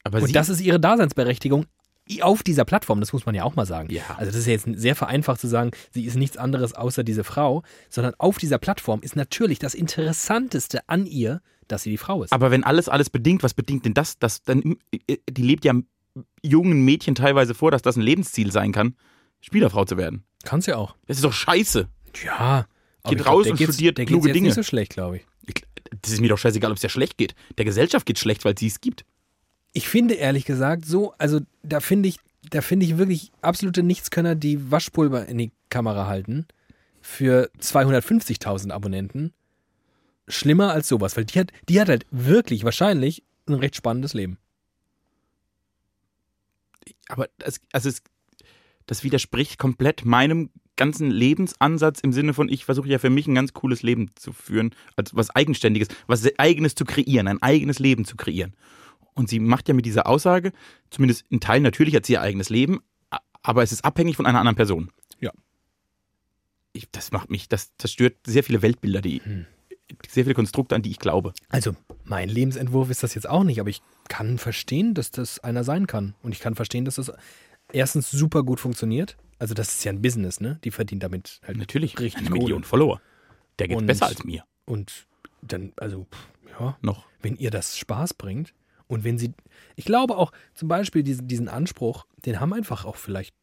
S1: Aber sie,
S2: Und das ist ihre Daseinsberechtigung i- auf dieser Plattform, das muss man ja auch mal sagen.
S1: Ja.
S2: Also das ist ja jetzt sehr vereinfacht zu sagen, sie ist nichts anderes außer diese Frau, sondern auf dieser Plattform ist natürlich das Interessanteste an ihr, dass sie die Frau ist.
S1: aber wenn alles alles bedingt, was bedingt denn das? das dann, äh, die lebt ja jungen Mädchen teilweise vor, dass das ein Lebensziel sein kann, Spielerfrau zu werden.
S2: Kann sie auch.
S1: Das ist doch scheiße.
S2: Ja. aber
S1: Geht
S2: ich
S1: raus
S2: der
S1: und
S2: geht's-
S1: studiert
S2: der geht's
S1: kluge
S2: jetzt
S1: Dinge.
S2: nicht so schlecht, glaube ich.
S1: Ich, das ist mir doch scheißegal, ob es dir schlecht geht. Der Gesellschaft geht schlecht, weil sie es gibt.
S2: Ich finde ehrlich gesagt so, also da finde ich, da finde ich wirklich absolute Nichtskönner, die Waschpulver in die Kamera halten für 250.000 Abonnenten. Schlimmer als sowas, weil die hat, die hat halt wirklich wahrscheinlich ein recht spannendes Leben.
S1: Aber das, also es, das widerspricht komplett meinem ganzen Lebensansatz im Sinne von, ich versuche ja für mich ein ganz cooles Leben zu führen, also was Eigenständiges, was Eigenes zu kreieren, ein eigenes Leben zu kreieren. Und sie macht ja mit dieser Aussage, zumindest in Teilen natürlich hat sie ihr eigenes Leben, a- aber es ist abhängig von einer anderen Person.
S2: Ja.
S1: Ich, das macht mich, das, das stört sehr viele Weltbilder, die, sehr viele Konstrukte, an die ich glaube.
S2: Also, mein Lebensentwurf ist das jetzt auch nicht, aber ich kann verstehen, dass das einer sein kann. Und ich kann verstehen, dass das erstens super gut funktioniert. Also, das ist ja ein Business, ne? Die verdient damit halt
S1: Natürlich,
S2: richtig
S1: eine
S2: Kohle.
S1: Million Follower. Der geht
S2: Und-
S1: besser als mir
S2: Und dann, also, pff, ja,
S1: noch.
S2: wenn ihr das Spaß bringt und wenn sie, ich glaube auch zum Beispiel diesen, diesen Anspruch, den haben einfach auch vielleicht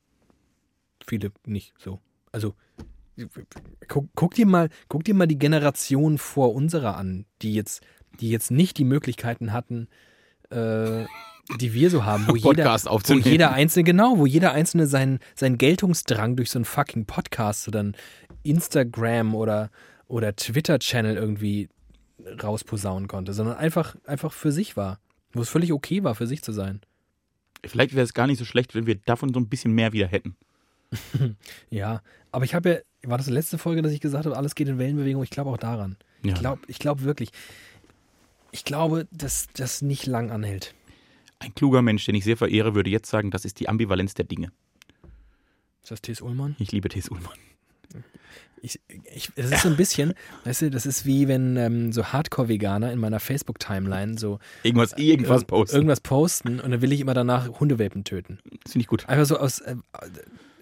S2: viele nicht so. Also guck, guck dir mal, guck dir mal die Generation vor unserer an, die jetzt, die jetzt nicht die Möglichkeiten hatten, äh, die wir so haben, wo jeder,
S1: Podcast
S2: wo
S1: aufzunehmen.
S2: jeder einzelne genau, wo jeder einzelne seinen seinen Geltungsdrang durch so einen fucking Podcast oder einen Instagram oder oder Twitter Channel irgendwie rausposaunen konnte, sondern einfach, einfach für sich war. Wo es völlig okay war, für sich zu sein.
S1: Vielleicht wäre es gar nicht so schlecht, wenn wir davon so ein bisschen mehr wieder hätten.
S2: Ja, aber ich habe ja, war das die letzte Folge, dass ich gesagt habe, alles geht in Wellenbewegung? Ich glaube auch daran.
S1: Ja.
S2: Ich glaube ich glaub wirklich. Ich glaube, dass das nicht lang anhält.
S1: Ein kluger Mensch, den ich sehr verehre, würde jetzt sagen, das ist die Ambivalenz der Dinge.
S2: Ist das T.S. Ullmann?
S1: Ich liebe T.S. Ullmann.
S2: Ich, ich, es ist so ein bisschen, weißt du, das ist wie wenn ähm, so Hardcore-Veganer in meiner Facebook-Timeline so
S1: Irgendwas, irgendwas
S2: irg-
S1: posten.
S2: irgendwas posten und dann will ich immer danach Hundewelpen töten.
S1: das finde ich gut.
S2: Einfach so aus äh,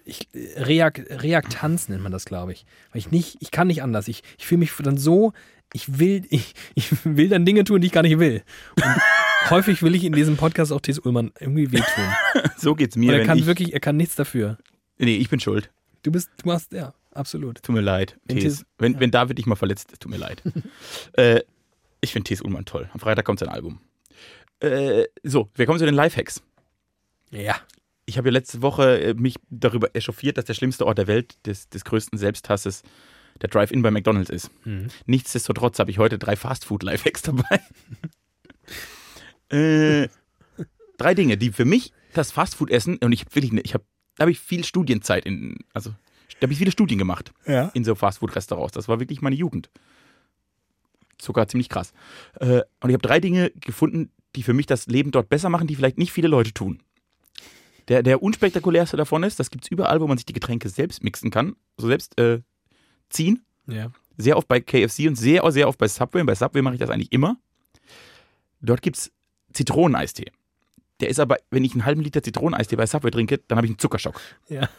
S2: ich, Reak Reaktanz nennt man das, glaube ich. Weil ich nicht, ich kann nicht anders. Ich, ich fühle mich dann so, ich will, ich, ich will dann Dinge tun, die ich gar nicht will. Und häufig will ich in diesem Podcast auch T.S. Ullmann irgendwie wehtun.
S1: So geht's
S2: Und
S1: mir,
S2: er
S1: wenn
S2: kann
S1: ich...
S2: wirklich, er kann nichts dafür.
S1: Nee, ich bin schuld.
S2: Du bist, du machst, ja, absolut.
S1: Tut mir leid,
S2: Wenn
S1: T.S.
S2: T.S.
S1: Wenn, wenn David dich mal verletzt, tut mir leid. äh, ich finde T.S. Ullmann toll. Am Freitag kommt sein Album. Äh, so, wir kommen zu den Lifehacks.
S2: Ja.
S1: Ich habe ja letzte Woche äh, mich darüber echauffiert, dass der schlimmste Ort der Welt des, des größten Selbsthasses der Drive-In bei McDonald's ist.
S2: Mhm.
S1: Nichtsdestotrotz habe ich heute drei Fastfood-Lifehacks dabei. äh, drei Dinge, die für mich das Fastfood-Essen, und ich hab wirklich, ne- ich habe, da habe ich viel Studienzeit in, also da habe ich viele Studien gemacht
S2: Ja.
S1: in so Fastfood-Restaurants. Das war wirklich meine Jugend. Sogar ziemlich krass. Äh, und ich habe drei Dinge gefunden, die für mich das Leben dort besser machen, die vielleicht nicht viele Leute tun. Der, der unspektakulärste davon ist, das gibt es überall, wo man sich die Getränke selbst mixen kann, so selbst äh, ziehen
S2: Ja.
S1: sehr oft bei KFC und sehr, sehr oft bei Subway. Und bei Subway mache ich das eigentlich immer. Dort gibt es Zitroneneistee. Der ist aber, wenn ich einen halben Liter Zitroneneistee bei Subway trinke, dann habe ich einen Zuckerschock.
S2: Ja.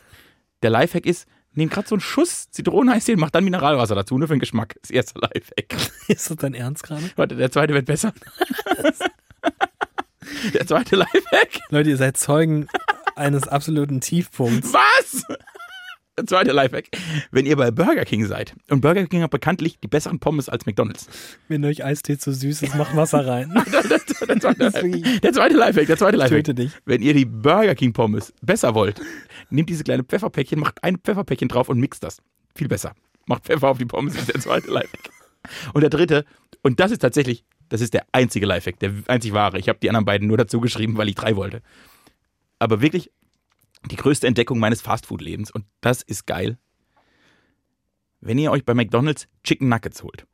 S1: Der Lifehack ist, nehm gerade so einen Schuss Zitroneneistee und mach dann Mineralwasser dazu, nur für den Geschmack. Das erste Lifehack.
S2: Ist das dein Ernst gerade?
S1: Warte, der zweite wird besser. der zweite Lifehack.
S2: Leute, ihr seid Zeugen eines absoluten Tiefpunkts.
S1: Was? Zweiter Lifehack. Wenn ihr bei Burger King seid, und Burger King hat bekanntlich die besseren Pommes als McDonalds.
S2: Wenn euch Eistee zu süß ist, macht Wasser rein.
S1: Der zweite
S2: Das ist wirklich-
S1: Lifehack. Der zweite Lifehack, der zweite Lifehack.
S2: Töte dich.
S1: Wenn ihr die Burger King Pommes besser wollt, nehmt diese kleine Pfefferpäckchen, macht ein Pfefferpäckchen drauf und mixt das. Viel besser. Macht Pfeffer auf die Pommes, ist der zweite Lifehack. Und der dritte, und das ist tatsächlich, das ist der einzige Lifehack, der einzig wahre. Ich habe die anderen beiden nur dazu geschrieben, weil ich drei wollte. Aber wirklich die größte Entdeckung meines Fastfood-Lebens, und das ist geil, wenn ihr euch bei McDonalds Chicken Nuggets holt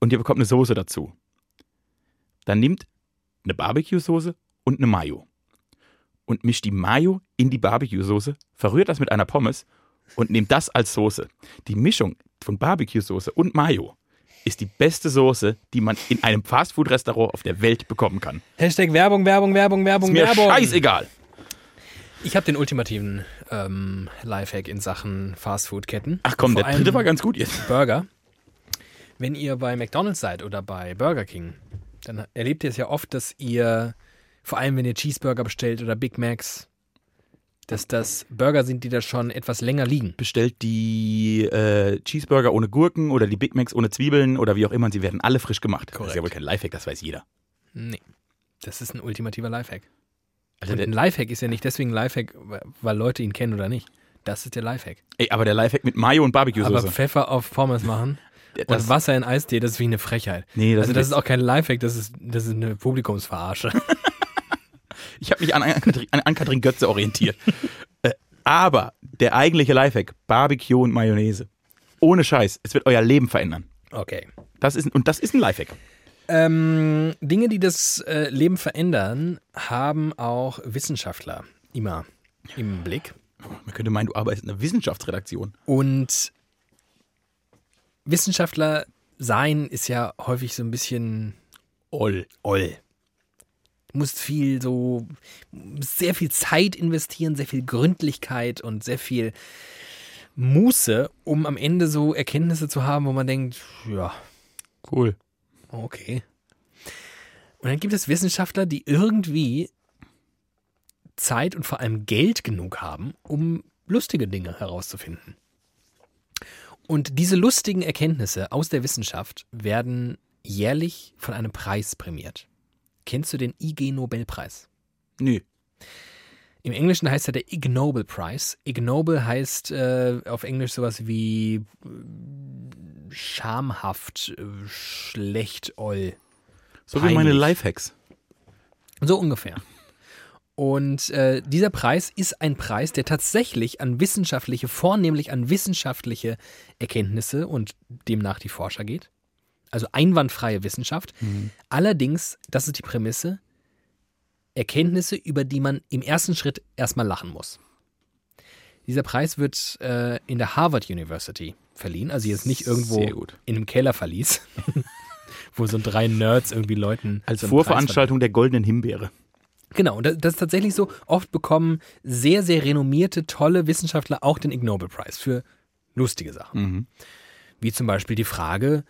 S1: und ihr bekommt eine Soße dazu, dann nehmt eine Barbecue-Soße und eine Mayo und mischt die Mayo in die Barbecue-Soße, verrührt das mit einer Pommes und nehmt das als Soße. Die Mischung von Barbecue-Soße und Mayo ist die beste Soße, die man in einem Fastfood-Restaurant auf der Welt bekommen kann.
S2: Hashtag Werbung, Werbung, Werbung, Werbung,
S1: Ist mir
S2: Werbung.
S1: scheißegal.
S2: Ich habe den ultimativen ähm, Lifehack in Sachen Fastfood-Ketten.
S1: Ach komm,
S2: Vor
S1: der dritte
S2: allem
S1: war ganz gut jetzt.
S2: Burger. Wenn ihr bei McDonalds seid oder bei Burger King, dann erlebt ihr es ja oft, dass ihr, vor allem wenn ihr Cheeseburger bestellt oder Big Macs, dass das Burger sind, die da schon etwas länger liegen.
S1: Bestellt die äh, Cheeseburger ohne Gurken oder die Big Macs ohne Zwiebeln oder wie auch immer, und sie werden alle frisch gemacht. Das ist ja
S2: Korrekt.
S1: wohl kein Lifehack, das weiß jeder.
S2: Nee. Das ist ein ultimativer Lifehack.
S1: Also
S2: Und
S1: der,
S2: ein Lifehack ist ja nicht deswegen ein Lifehack, weil Leute ihn kennen oder nicht. Das ist der Lifehack.
S1: ey, aber der Lifehack mit Mayo und
S2: Aber
S1: Barbecue-Soße.
S2: Pfeffer auf Pommes machen
S1: das-
S2: und Wasser in Eistee, das ist wie eine Frechheit.
S1: Nee, das
S2: also
S1: ist
S2: das ist auch kein Lifehack, das ist, das ist eine Publikumsverarsche.
S1: Ich habe mich an, an, Katrin, an, an Katrin Götze orientiert. äh, aber der eigentliche Lifehack, Barbecue und Mayonnaise. Ohne Scheiß, es wird euer Leben verändern.
S2: Okay.
S1: Das ist, und das ist ein Lifehack.
S2: Ähm, Dinge, die das äh, Leben verändern, haben auch Wissenschaftler immer im Blick.
S1: Oh, Man könnte meinen, du arbeitest in einer Wissenschaftsredaktion.
S2: Und Wissenschaftler sein ist ja häufig so ein bisschen
S1: Oll.
S2: oll. Du musst viel so, sehr viel Zeit investieren, sehr viel Gründlichkeit und sehr viel Muße, um am Ende so Erkenntnisse zu haben, wo man denkt, ja,
S1: Cool.
S2: Okay. Und dann gibt es Wissenschaftler, die irgendwie Zeit und vor allem Geld genug haben, um lustige Dinge herauszufinden. Und diese lustigen Erkenntnisse aus der Wissenschaft werden jährlich von einem Preis prämiert. Kennst du den IG Nobelpreis?
S1: Nö.
S2: Im Englischen heißt er der Ig Nobel Prize. Ig Nobel heißt äh, auf Englisch sowas wie äh, schamhaft, äh, schlecht, oll.
S1: So wie meine
S2: Peinlich.
S1: Lifehacks.
S2: So ungefähr. Und äh, dieser Preis ist ein Preis, der tatsächlich an wissenschaftliche, vornehmlich an wissenschaftliche Erkenntnisse und demnach die Forscher geht. Also einwandfreie Wissenschaft.
S1: Mhm.
S2: Allerdings, das ist die Prämisse, Erkenntnisse, über die man im ersten Schritt erstmal lachen muss. Dieser Preis wird äh, in der Harvard University verliehen, also jetzt nicht irgendwo
S1: Sehr gut.
S2: in einem Kellerverlies, wo so drei Nerds irgendwie
S1: Als
S2: Leuten so einen Preis verleihen.
S1: Vorveranstaltung der goldenen Himbeere.
S2: Genau, und das das ist tatsächlich so. Oft bekommen sehr, sehr renommierte, tolle Wissenschaftler auch den Ig Nobel Prize für lustige Sachen.
S1: Mhm.
S2: Wie zum Beispiel die Frage,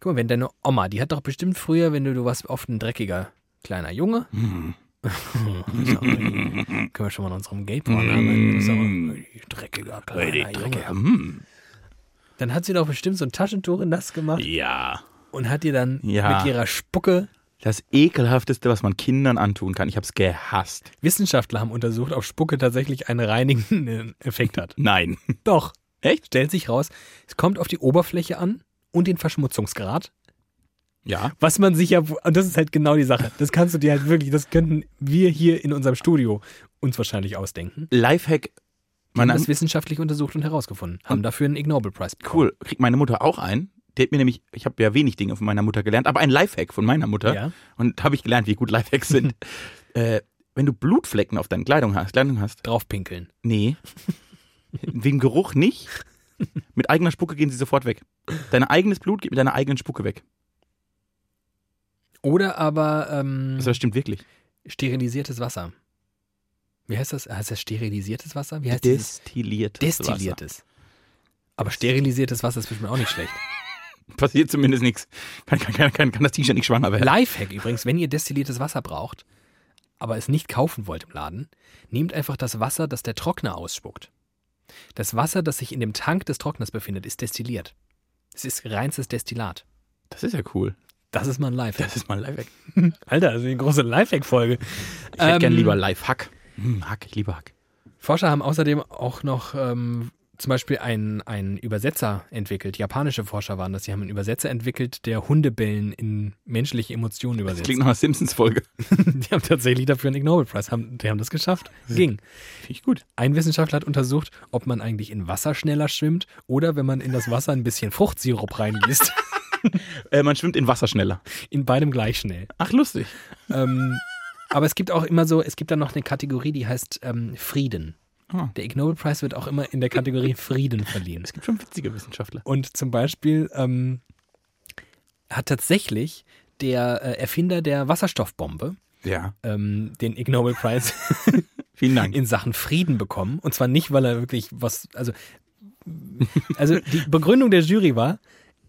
S2: guck mal, wenn deine Oma, die hat doch bestimmt früher, wenn du, du warst oft ein dreckiger kleiner Junge.
S1: Mhm.
S2: Können wir schon mal an unserem Gay-Porn
S1: Mhm.
S2: arbeiten. Du bist aber ein Dreckiger,
S1: Ah,
S2: kleiner Junge.
S1: Hm.
S2: Dann hat sie doch bestimmt so ein Taschentuch in das gemacht
S1: Ja.
S2: und hat dir dann
S1: Ja.
S2: mit ihrer Spucke
S1: Das ekelhafteste, was man Kindern antun kann. Ich hab's gehasst.
S2: Wissenschaftler haben untersucht, ob Spucke tatsächlich einen reinigenden Effekt hat.
S1: Nein.
S2: Doch.
S1: Echt?
S2: Stellt sich raus, es kommt auf die Oberfläche an und den Verschmutzungsgrad.
S1: Ja.
S2: Was man sich ja, und das ist halt genau die Sache. Das kannst du dir halt wirklich, das könnten wir hier in unserem Studio uns wahrscheinlich ausdenken.
S1: Lifehack.
S2: Die haben
S1: Meine,
S2: das wissenschaftlich untersucht und herausgefunden. Haben dafür einen Ig Nobel Prize bekommen.
S1: cool. Kriegt meine Mutter auch ein. Die hat mir nämlich, ich habe ja wenig Dinge von meiner Mutter gelernt, aber ein Lifehack von meiner Mutter.
S2: Ja.
S1: Und habe ich gelernt, wie gut Lifehacks sind. äh, wenn du Blutflecken auf deinen Kleidung hast, Kleidung hast,
S2: Draufpinkeln.
S1: nee. Wegen Geruch nicht. Mit eigener Spucke gehen sie sofort weg. Dein eigenes Blut geht mit deiner eigenen Spucke weg.
S2: Oder aber ähm,
S1: Also das stimmt wirklich.
S2: sterilisiertes Wasser. Wie heißt das? Heißt das sterilisiertes Wasser? Wie heißt dieses?
S1: Destilliertes Wasser.
S2: Destilliertes. Aber sterilisiertes Wasser ist bestimmt auch nicht schlecht.
S1: Passiert zumindest nichts. Kann, kann, kann, kann das T-Shirt nicht schwanger werden.
S2: Lifehack übrigens, wenn ihr destilliertes Wasser braucht, aber es nicht kaufen wollt im Laden, nehmt einfach das Wasser, das der Trockner ausspuckt. Das Wasser, das sich in dem Tank des Trockners befindet, ist destilliert. Es ist reinstes Destillat.
S1: Das ist ja cool.
S2: Das ist mal ein Lifehack.
S1: Das ist mal ein Lifehack. Ich
S2: Alter, das ist eine große Lifehack-Folge.
S1: hätte
S2: Ähm,
S1: gern lieber Lifehack. Hm, Hack, ich liebe Hack.
S2: Forscher haben außerdem auch noch ähm, zum Beispiel einen, einen Übersetzer entwickelt. Japanische Forscher waren das. Die haben einen Übersetzer entwickelt, der Hundebellen in menschliche Emotionen
S1: Das
S2: übersetzt.
S1: klingt nach einer Simpsons-Folge.
S2: Die haben tatsächlich dafür einen Ig Nobel-Preis. Haben, die haben das geschafft. Ging.
S1: Finde ich gut.
S2: Ein Wissenschaftler hat untersucht, ob man eigentlich in Wasser schneller schwimmt oder wenn man in das Wasser ein bisschen Fruchtsirup reingießt.
S1: Äh, man schwimmt in Wasser schneller.
S2: In beidem gleich schnell.
S1: Ach, lustig.
S2: Ähm, aber es gibt auch immer so, es gibt dann noch eine Kategorie, die heißt ähm, Frieden.
S1: Ah.
S2: Der Ig Nobel Prize wird auch immer in der Kategorie Frieden verliehen.
S1: Es gibt schon witzige Wissenschaftler.
S2: Und zum Beispiel ähm, hat tatsächlich der äh, Erfinder der Wasserstoffbombe
S1: Ja.
S2: ähm, den Ig Nobel Prize
S1: Vielen Dank.
S2: in Sachen Frieden bekommen. Und zwar nicht, weil er wirklich was, also, also die Begründung der Jury war,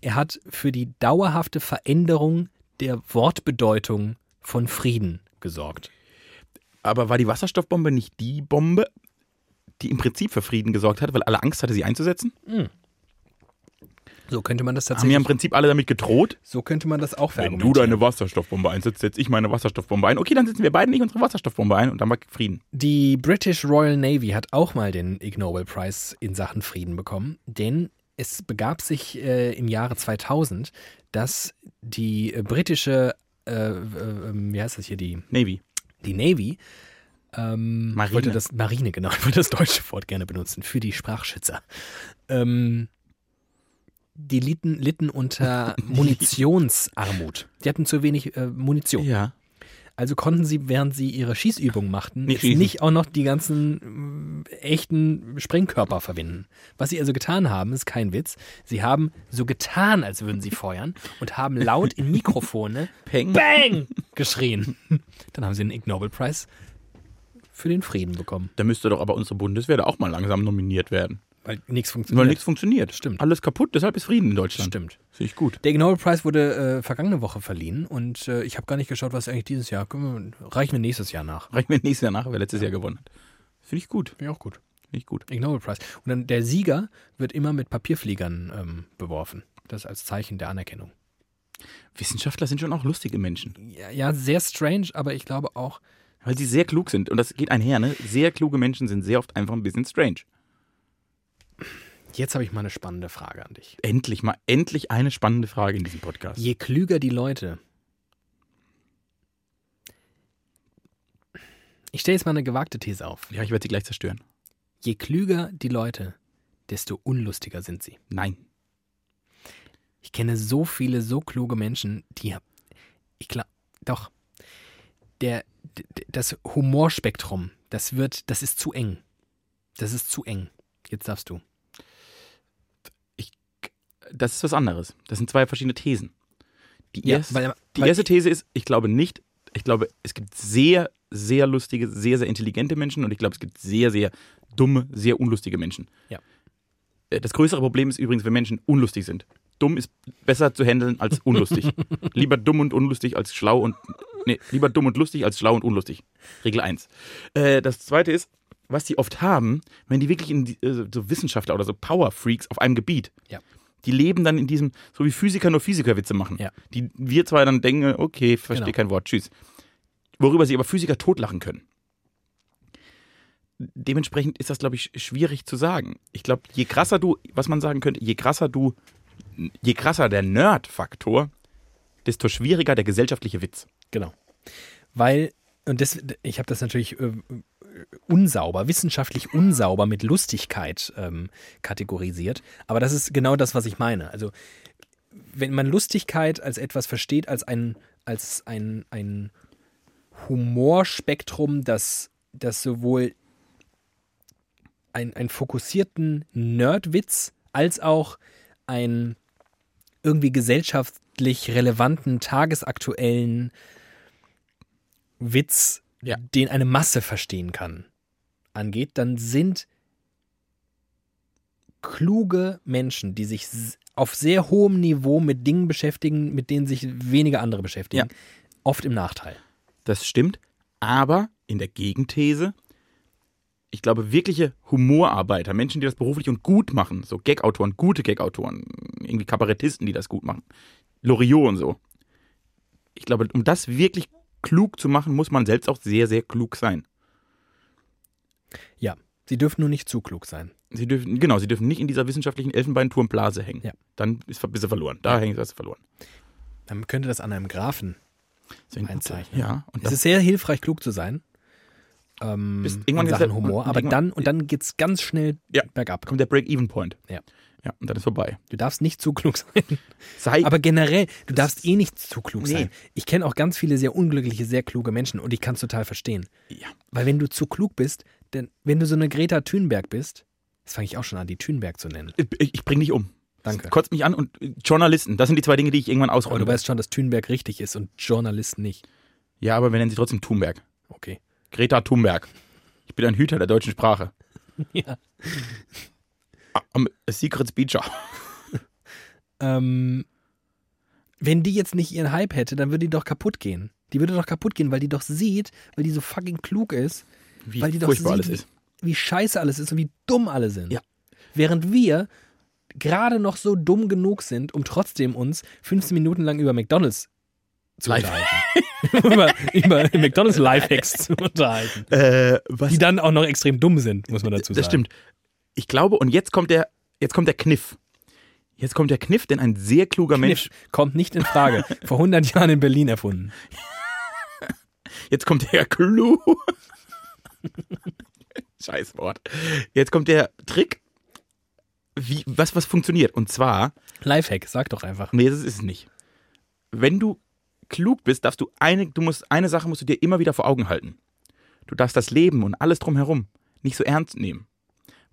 S2: er hat für die dauerhafte Veränderung der Wortbedeutung von Frieden gesorgt.
S1: Aber war die Wasserstoffbombe nicht die Bombe, die im Prinzip für Frieden gesorgt hat, weil alle Angst hatte, sie einzusetzen?
S2: So könnte man das
S1: Haben ja im
S2: tatsächlich,
S1: Prinzip alle damit gedroht.
S2: so könnte man das auch
S1: Wenn
S2: verargumentieren.
S1: du deine Wasserstoffbombe einsetzt, setze ich meine Wasserstoffbombe ein. Okay, dann setzen wir beide nicht unsere Wasserstoffbombe ein und dann war Frieden.
S2: Die British Royal Navy hat auch mal den Ig Nobel Prize in Sachen Frieden bekommen, denn es begab sich äh, im Jahre 2000, dass die äh, britische, äh, äh, äh, wie heißt das hier, die
S1: Navy.
S2: die Navy. Ähm,
S1: Marine.
S2: Wollte das, Marine, genau. Ich wollte das deutsche Wort gerne benutzen. Für die Sprachschützer. Ähm, die litten, litten unter Munitionsarmut. Die hatten zu wenig äh, Munition.
S1: Ja.
S2: Also konnten sie, während sie ihre Schießübungen machten,
S1: Nicht
S2: jetzt
S1: schießen.
S2: nicht auch noch die ganzen äh, echten Sprengkörper verwenden. Was sie also getan haben, ist kein Witz. Sie haben so getan, als würden sie feuern und haben laut in Mikrofone
S1: Peng.
S2: Bang! geschrien. Dann haben sie den Ig Nobel Prize für den Frieden bekommen,
S1: Da müsste doch aber unsere Bundeswehr da auch mal langsam nominiert werden.
S2: weil nichts
S1: Weil
S2: funktioniert.
S1: nichts funktioniert.
S2: Stimmt.
S1: Alles kaputt, deshalb ist Frieden in Deutschland.
S2: Stimmt.
S1: Finde ich gut.
S2: Der Ig Nobel Prize wurde äh, vergangene Woche verliehen und äh, ich habe gar nicht geschaut, was eigentlich dieses Jahr. Können wir- Reichen wir nächstes Jahr nach.
S1: Reichen wir nächstes Jahr nach, wer letztes Jahr gewonnen hat. Finde ich gut.
S2: Wäre auch gut.
S1: Finde ich gut.
S2: Ig Nobel Prize. Und dann der Sieger wird immer mit Papierfliegern ähm, beworfen. Das als Zeichen der Anerkennung.
S1: Wissenschaftler sind schon auch lustige Menschen,
S2: Ja, ja, sehr strange, aber ich glaube auch,
S1: weil sie sehr klug sind. Und das geht einher, ne? Sehr kluge Menschen sind sehr oft einfach ein bisschen strange.
S2: jetzt habe ich mal eine spannende Frage an dich.
S1: Endlich mal, endlich eine spannende Frage in diesem Podcast.
S2: Je klüger die Leute. Ich stelle jetzt mal eine gewagte These auf.
S1: Ja, ich werde sie gleich zerstören.
S2: Je klüger die Leute, desto unlustiger sind sie.
S1: Nein.
S2: Ich kenne so viele so kluge Menschen, die ich glaube doch der d- d- das Humorspektrum, das wird das ist zu eng. Das ist zu eng. Jetzt darfst du.
S1: Das ist was anderes. Das sind zwei verschiedene Thesen. Die, erste,
S2: weil,
S1: die
S2: weil
S1: erste These ist, ich glaube nicht, ich glaube, es gibt sehr, sehr lustige, sehr, sehr intelligente Menschen und ich glaube, es gibt sehr, sehr dumme, sehr unlustige Menschen.
S2: Ja.
S1: Äh, Das größere Problem ist übrigens, wenn Menschen unlustig sind. Dumm ist besser zu handeln als unlustig. lieber dumm und unlustig als schlau und. Nee, lieber dumm und lustig als schlau und unlustig. Regel 1. Äh, das zweite ist, was die oft haben, wenn die wirklich in die, äh, so Wissenschaftler oder so Power-Freaks auf einem Gebiet,
S2: Ja.
S1: die leben dann in diesem, so wie Physiker nur Physikerwitze machen.
S2: Ja.
S1: Die wir zwei dann denken, okay, verstehe
S2: Genau.
S1: kein Wort, tschüss. Worüber sie aber Physiker totlachen können. Dementsprechend ist das, glaube ich, sch- schwierig zu sagen. Ich glaube, je krasser du, was man sagen könnte, je krasser du, je krasser der Nerd-Faktor, desto schwieriger der gesellschaftliche Witz.
S2: Genau. Weil, und das, ich habe das natürlich äh, unsauber, wissenschaftlich unsauber mit Lustigkeit ähm, kategorisiert. Aber das ist genau das, was ich meine. Also, wenn man Lustigkeit als etwas versteht, als ein, als ein, ein Humorspektrum, das, das sowohl ein, einen fokussierten Nerdwitz als auch einen irgendwie gesellschaftlich relevanten, tagesaktuellen Witz,
S1: Ja.
S2: den eine Masse verstehen kann, angeht, dann sind kluge Menschen, die sich s- auf sehr hohem Niveau mit Dingen beschäftigen, mit denen sich wenige andere beschäftigen,
S1: Ja.
S2: oft im Nachteil.
S1: Das stimmt, Aber in der Gegenthese, ich glaube, wirkliche Humorarbeiter, Menschen, die das beruflich und gut machen, so Gag-Autoren, gute Gag-Autoren, irgendwie Kabarettisten, die das gut machen, Loriot und so. Ich glaube, um das wirklich klug zu machen, muss man selbst auch sehr, sehr klug sein.
S2: Ja, sie dürfen nur nicht zu klug sein.
S1: Sie dürfen, genau, sie dürfen nicht in dieser wissenschaftlichen Elfenbeinturmblase hängen.
S2: Ja.
S1: Dann ist, bist du verloren. Da hängen sie, hast du verloren.
S2: Man könnte das an einem Graphen.
S1: So ein-
S2: Ein Zeichen.
S1: Ja, und
S2: Es
S1: das
S2: ist sehr hilfreich, klug zu sein. Ähm,
S1: Bist- irgendwann
S2: irgendwann in
S1: geht's
S2: Sachen
S1: ja-
S2: Humor.
S1: und
S2: Aber
S1: irgendwann-
S2: dann, und dann geht es ganz schnell
S1: Ja.
S2: bergab.
S1: kommt der Break-Even-Point.
S2: Ja.
S1: Ja, und dann ist vorbei.
S2: Du darfst nicht zu klug sein.
S1: Sei
S2: Aber generell, du darfst eh nicht zu klug
S1: Nee.
S2: sein. Ich kenne auch ganz viele sehr unglückliche, sehr kluge Menschen und ich kann es total verstehen.
S1: Ja.
S2: Weil wenn du zu klug bist, denn wenn du so eine Greta Thunberg bist, das fange ich auch schon an, die Thunberg zu nennen.
S1: Ich, ich bring dich um.
S2: Danke.
S1: Kotzt mich an und äh, Journalisten, das sind die zwei Dinge, die ich irgendwann
S2: Aber
S1: ausräume.
S2: du weißt schon, dass Thunberg richtig ist und Journalist nicht.
S1: Ja, aber wir nennen sie trotzdem Thunberg.
S2: Okay.
S1: Greta Thunberg. Ich bin ein Hüter der deutschen Sprache.
S2: Ja.
S1: Am Secret Speecher.
S2: Ähm, wenn die jetzt nicht ihren Hype hätte, dann würde die doch kaputt gehen. Die würde doch kaputt gehen, weil die doch sieht, weil die so fucking klug ist,
S1: Wie
S2: Weil die doch
S1: furchtbar
S2: sieht,
S1: alles ist.
S2: wie scheiße alles ist und wie dumm alle sind.
S1: Ja.
S2: Während wir gerade noch so dumm genug sind, um trotzdem uns 15 Minuten lang über McDonalds zu
S1: Live-
S2: unterhalten. über, über McDonalds Lifehacks zu unterhalten.
S1: Äh, was?
S2: Die dann auch noch extrem dumm sind, muss man dazu sagen.
S1: Das stimmt. Ich glaube, und jetzt kommt der, jetzt kommt der Kniff. Jetzt kommt der Kniff, denn ein sehr kluger
S2: Kniff
S1: Mensch,
S2: kommt nicht in Frage. Vor 100 Jahren in Berlin erfunden.
S1: jetzt kommt der Clou. Scheiß Wort. Jetzt kommt der Trick, wie, was, was funktioniert. Und zwar,
S2: Lifehack, sag doch einfach.
S1: Nee, das ist es nicht. Wenn du klug bist, darfst du eine, du musst, eine Sache musst du dir immer wieder vor Augen halten. Du darfst das Leben und alles drumherum nicht so ernst nehmen.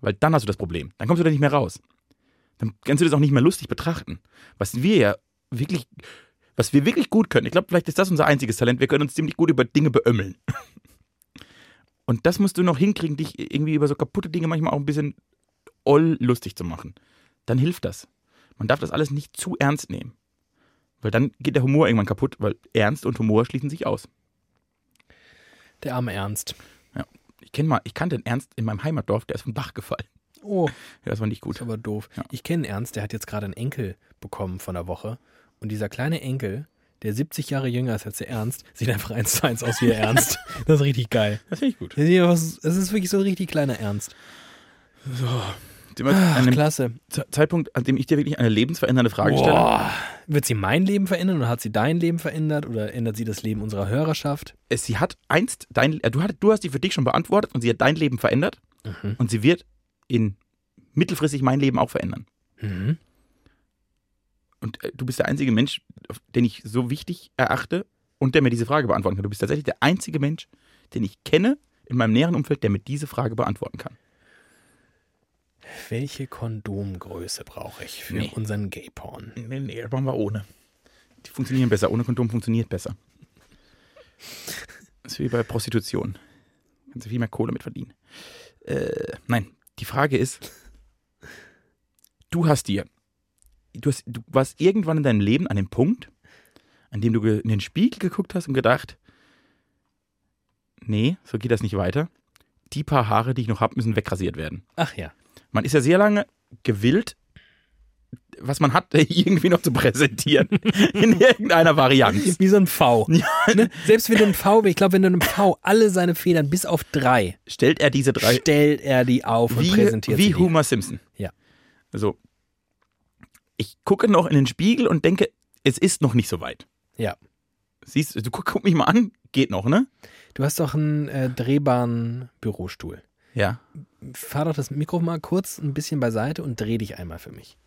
S1: Weil dann hast du das Problem. Dann kommst du da nicht mehr raus. Dann kannst du das auch nicht mehr lustig betrachten. Was wir ja wirklich, was wir wirklich gut können. Ich glaube, vielleicht ist das unser einziges Talent. Wir können uns ziemlich gut über Dinge beömmeln. Und das musst du noch hinkriegen, dich irgendwie über so kaputte Dinge manchmal auch ein bisschen oll lustig zu machen. Dann hilft das. Man darf das alles nicht zu ernst nehmen. Weil dann geht der Humor irgendwann kaputt, weil Ernst und Humor schließen sich aus.
S2: Der arme Ernst.
S1: Ich kenne mal, ich kannte einen Ernst in meinem Heimatdorf, der ist vom Dach gefallen.
S2: Oh,
S1: Ja, das war nicht gut.
S2: ist aber doof.
S1: Ja.
S2: Ich kenne Ernst, der hat jetzt gerade einen Enkel bekommen von der Woche. Und dieser kleine Enkel, der 70 Jahre jünger ist als der Ernst, sieht einfach eins zu eins aus wie der Ernst. Das ist richtig geil.
S1: Das finde ich gut.
S2: Der sieht einfach so- Das ist wirklich so ein richtig kleiner Ernst.
S1: Sind wir an
S2: Ach,
S1: einem
S2: klasse.
S1: Ze- Zeitpunkt, an dem ich dir wirklich eine lebensverändernde Frage stelle.
S2: Boah. Wird sie mein Leben verändern oder hat sie dein Leben verändert oder ändert sie das Leben unserer Hörerschaft?
S1: Es, sie hat einst dein, äh, du, hat, du hast die für dich schon beantwortet und sie hat dein Leben verändert
S2: Mhm.
S1: und sie wird in mittelfristig mein Leben auch verändern.
S2: Mhm.
S1: Und äh, du bist der einzige Mensch, auf den ich so wichtig erachte und der mir diese Frage beantworten kann. Du bist tatsächlich der einzige Mensch, den ich kenne in meinem näheren Umfeld, der mir diese Frage beantworten kann.
S2: Welche Kondomgröße brauche ich für
S1: Nee.
S2: unseren Gay-Porn?
S1: Nee, nee, das machen wir ohne. Die funktionieren besser. Ohne Kondom funktioniert besser. Das ist wie bei Prostitution. Kannst du viel mehr Kohle mit verdienen. Äh, nein, die Frage ist, du hast dir, du, hast, du warst irgendwann in deinem Leben an dem Punkt, an dem du ge- in den Spiegel geguckt hast und gedacht, nee, so geht das nicht weiter. Die paar Haare, die ich noch habe, müssen wegrasiert werden.
S2: Ach ja.
S1: Man ist ja sehr lange gewillt, was man hat, irgendwie noch zu präsentieren. In irgendeiner Varianz.
S2: Wie so ein V. Ne? Selbst mit einem V, ich glaube, wenn du einem V alle seine Federn bis auf drei,
S1: Stellt er diese drei.
S2: stellt er die auf und
S1: Wie,
S2: präsentiert sie.
S1: wie
S2: dir.
S1: Homer Simpson.
S2: Ja.
S1: Also, ich gucke noch in den Spiegel und denke, es ist noch nicht so weit.
S2: Ja.
S1: Siehst du, du, guck, guck mich mal an, geht noch, ne?
S2: Du hast doch einen äh, drehbaren Bürostuhl.
S1: Ja.
S2: Fahr doch das Mikro mal kurz ein bisschen beiseite und dreh dich einmal für mich.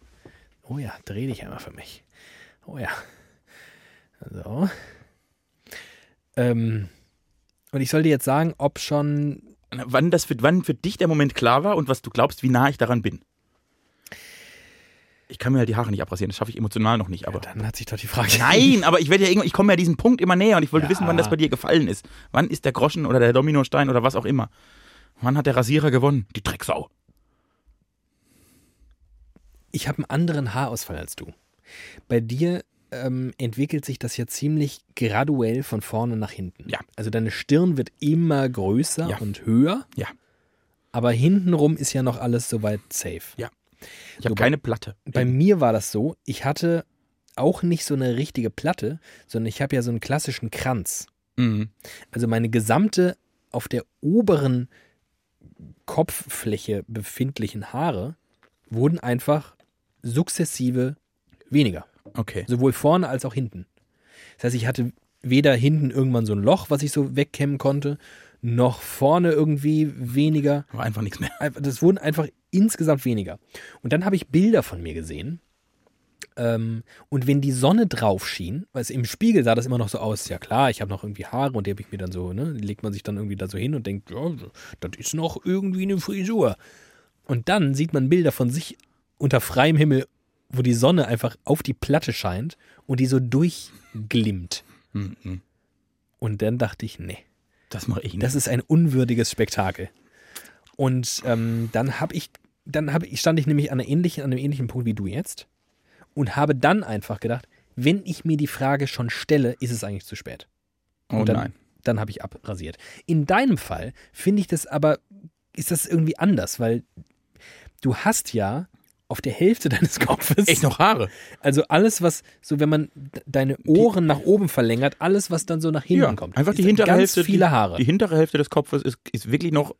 S2: Oh ja, dreh dich einmal für mich. Oh ja. So. Ähm, und ich soll dir jetzt sagen, ob schon
S1: Wann, das für, wann für dich der Moment klar war und was du glaubst, wie nah ich daran bin. Ich kann mir halt die Haare nicht abrasieren, das schaffe ich emotional noch nicht, aber.
S2: Dann hat sich doch die Frage.
S1: Nein, aber ich werde ja irgendwann, ich komme ja diesem Punkt immer näher und ich wollte
S2: Ja.
S1: wissen, wann das bei dir gefallen ist. Wann ist der Groschen oder der Dominostein oder was auch immer? Wann hat der Rasierer gewonnen? Die Drecksau.
S2: Ich habe einen anderen Haarausfall als du. Bei dir ähm, entwickelt sich das ja ziemlich graduell von vorne nach hinten.
S1: Ja.
S2: Also deine Stirn wird immer größer
S1: Ja.
S2: und höher,
S1: Ja.
S2: aber hintenrum ist ja noch alles soweit safe.
S1: Ich habe
S2: Wobei-
S1: keine Platte.
S2: Bei mir war das so, ich hatte auch nicht so eine richtige Platte, sondern ich habe ja so einen klassischen Kranz.
S1: Mhm.
S2: Also meine gesamte auf der oberen Kopffläche befindlichen Haare wurden einfach sukzessive weniger.
S1: Okay.
S2: Sowohl vorne als auch hinten. Das heißt, ich hatte weder hinten irgendwann so ein Loch, was ich so wegkämmen konnte, noch vorne irgendwie weniger.
S1: War einfach nichts mehr.
S2: Einfach- Das wurden einfach insgesamt weniger. Und dann habe ich Bilder von mir gesehen. Ähm, und wenn die Sonne drauf schien, weil es im Spiegel sah das immer noch so aus, ja klar, ich habe noch irgendwie Haare und die habe ich mir dann so, ne, legt man sich dann irgendwie da so hin und denkt, ja, das ist noch irgendwie eine Frisur. Und dann sieht man Bilder von sich unter freiem Himmel, wo die Sonne einfach auf die Platte scheint und die so durchglimmt.
S1: Mhm.
S2: Und dann dachte ich, nee.
S1: Das mache ich nicht.
S2: Das ist ein unwürdiges Spektakel. Und ähm, dann habe ich, dann habe ich, stand ich nämlich an, einer ähnlichen, an einem ähnlichen Punkt wie du jetzt und habe dann einfach gedacht, wenn ich mir die Frage schon stelle, ist es eigentlich zu spät.
S1: oh
S2: dann,
S1: nein.
S2: Dann habe ich abrasiert. In deinem Fall finde ich das aber, ist das irgendwie anders, weil du hast ja auf der Hälfte deines Kopfes,
S1: Echt noch Haare?
S2: also alles, was, so wenn man d- deine Ohren nach oben verlängert, alles, was dann so nach hinten kommt.
S1: Einfach die
S2: ist
S1: hintere
S2: ganz
S1: Hälfte.
S2: viele
S1: die,
S2: Haare.
S1: Die hintere Hälfte des Kopfes ist, ist wirklich noch,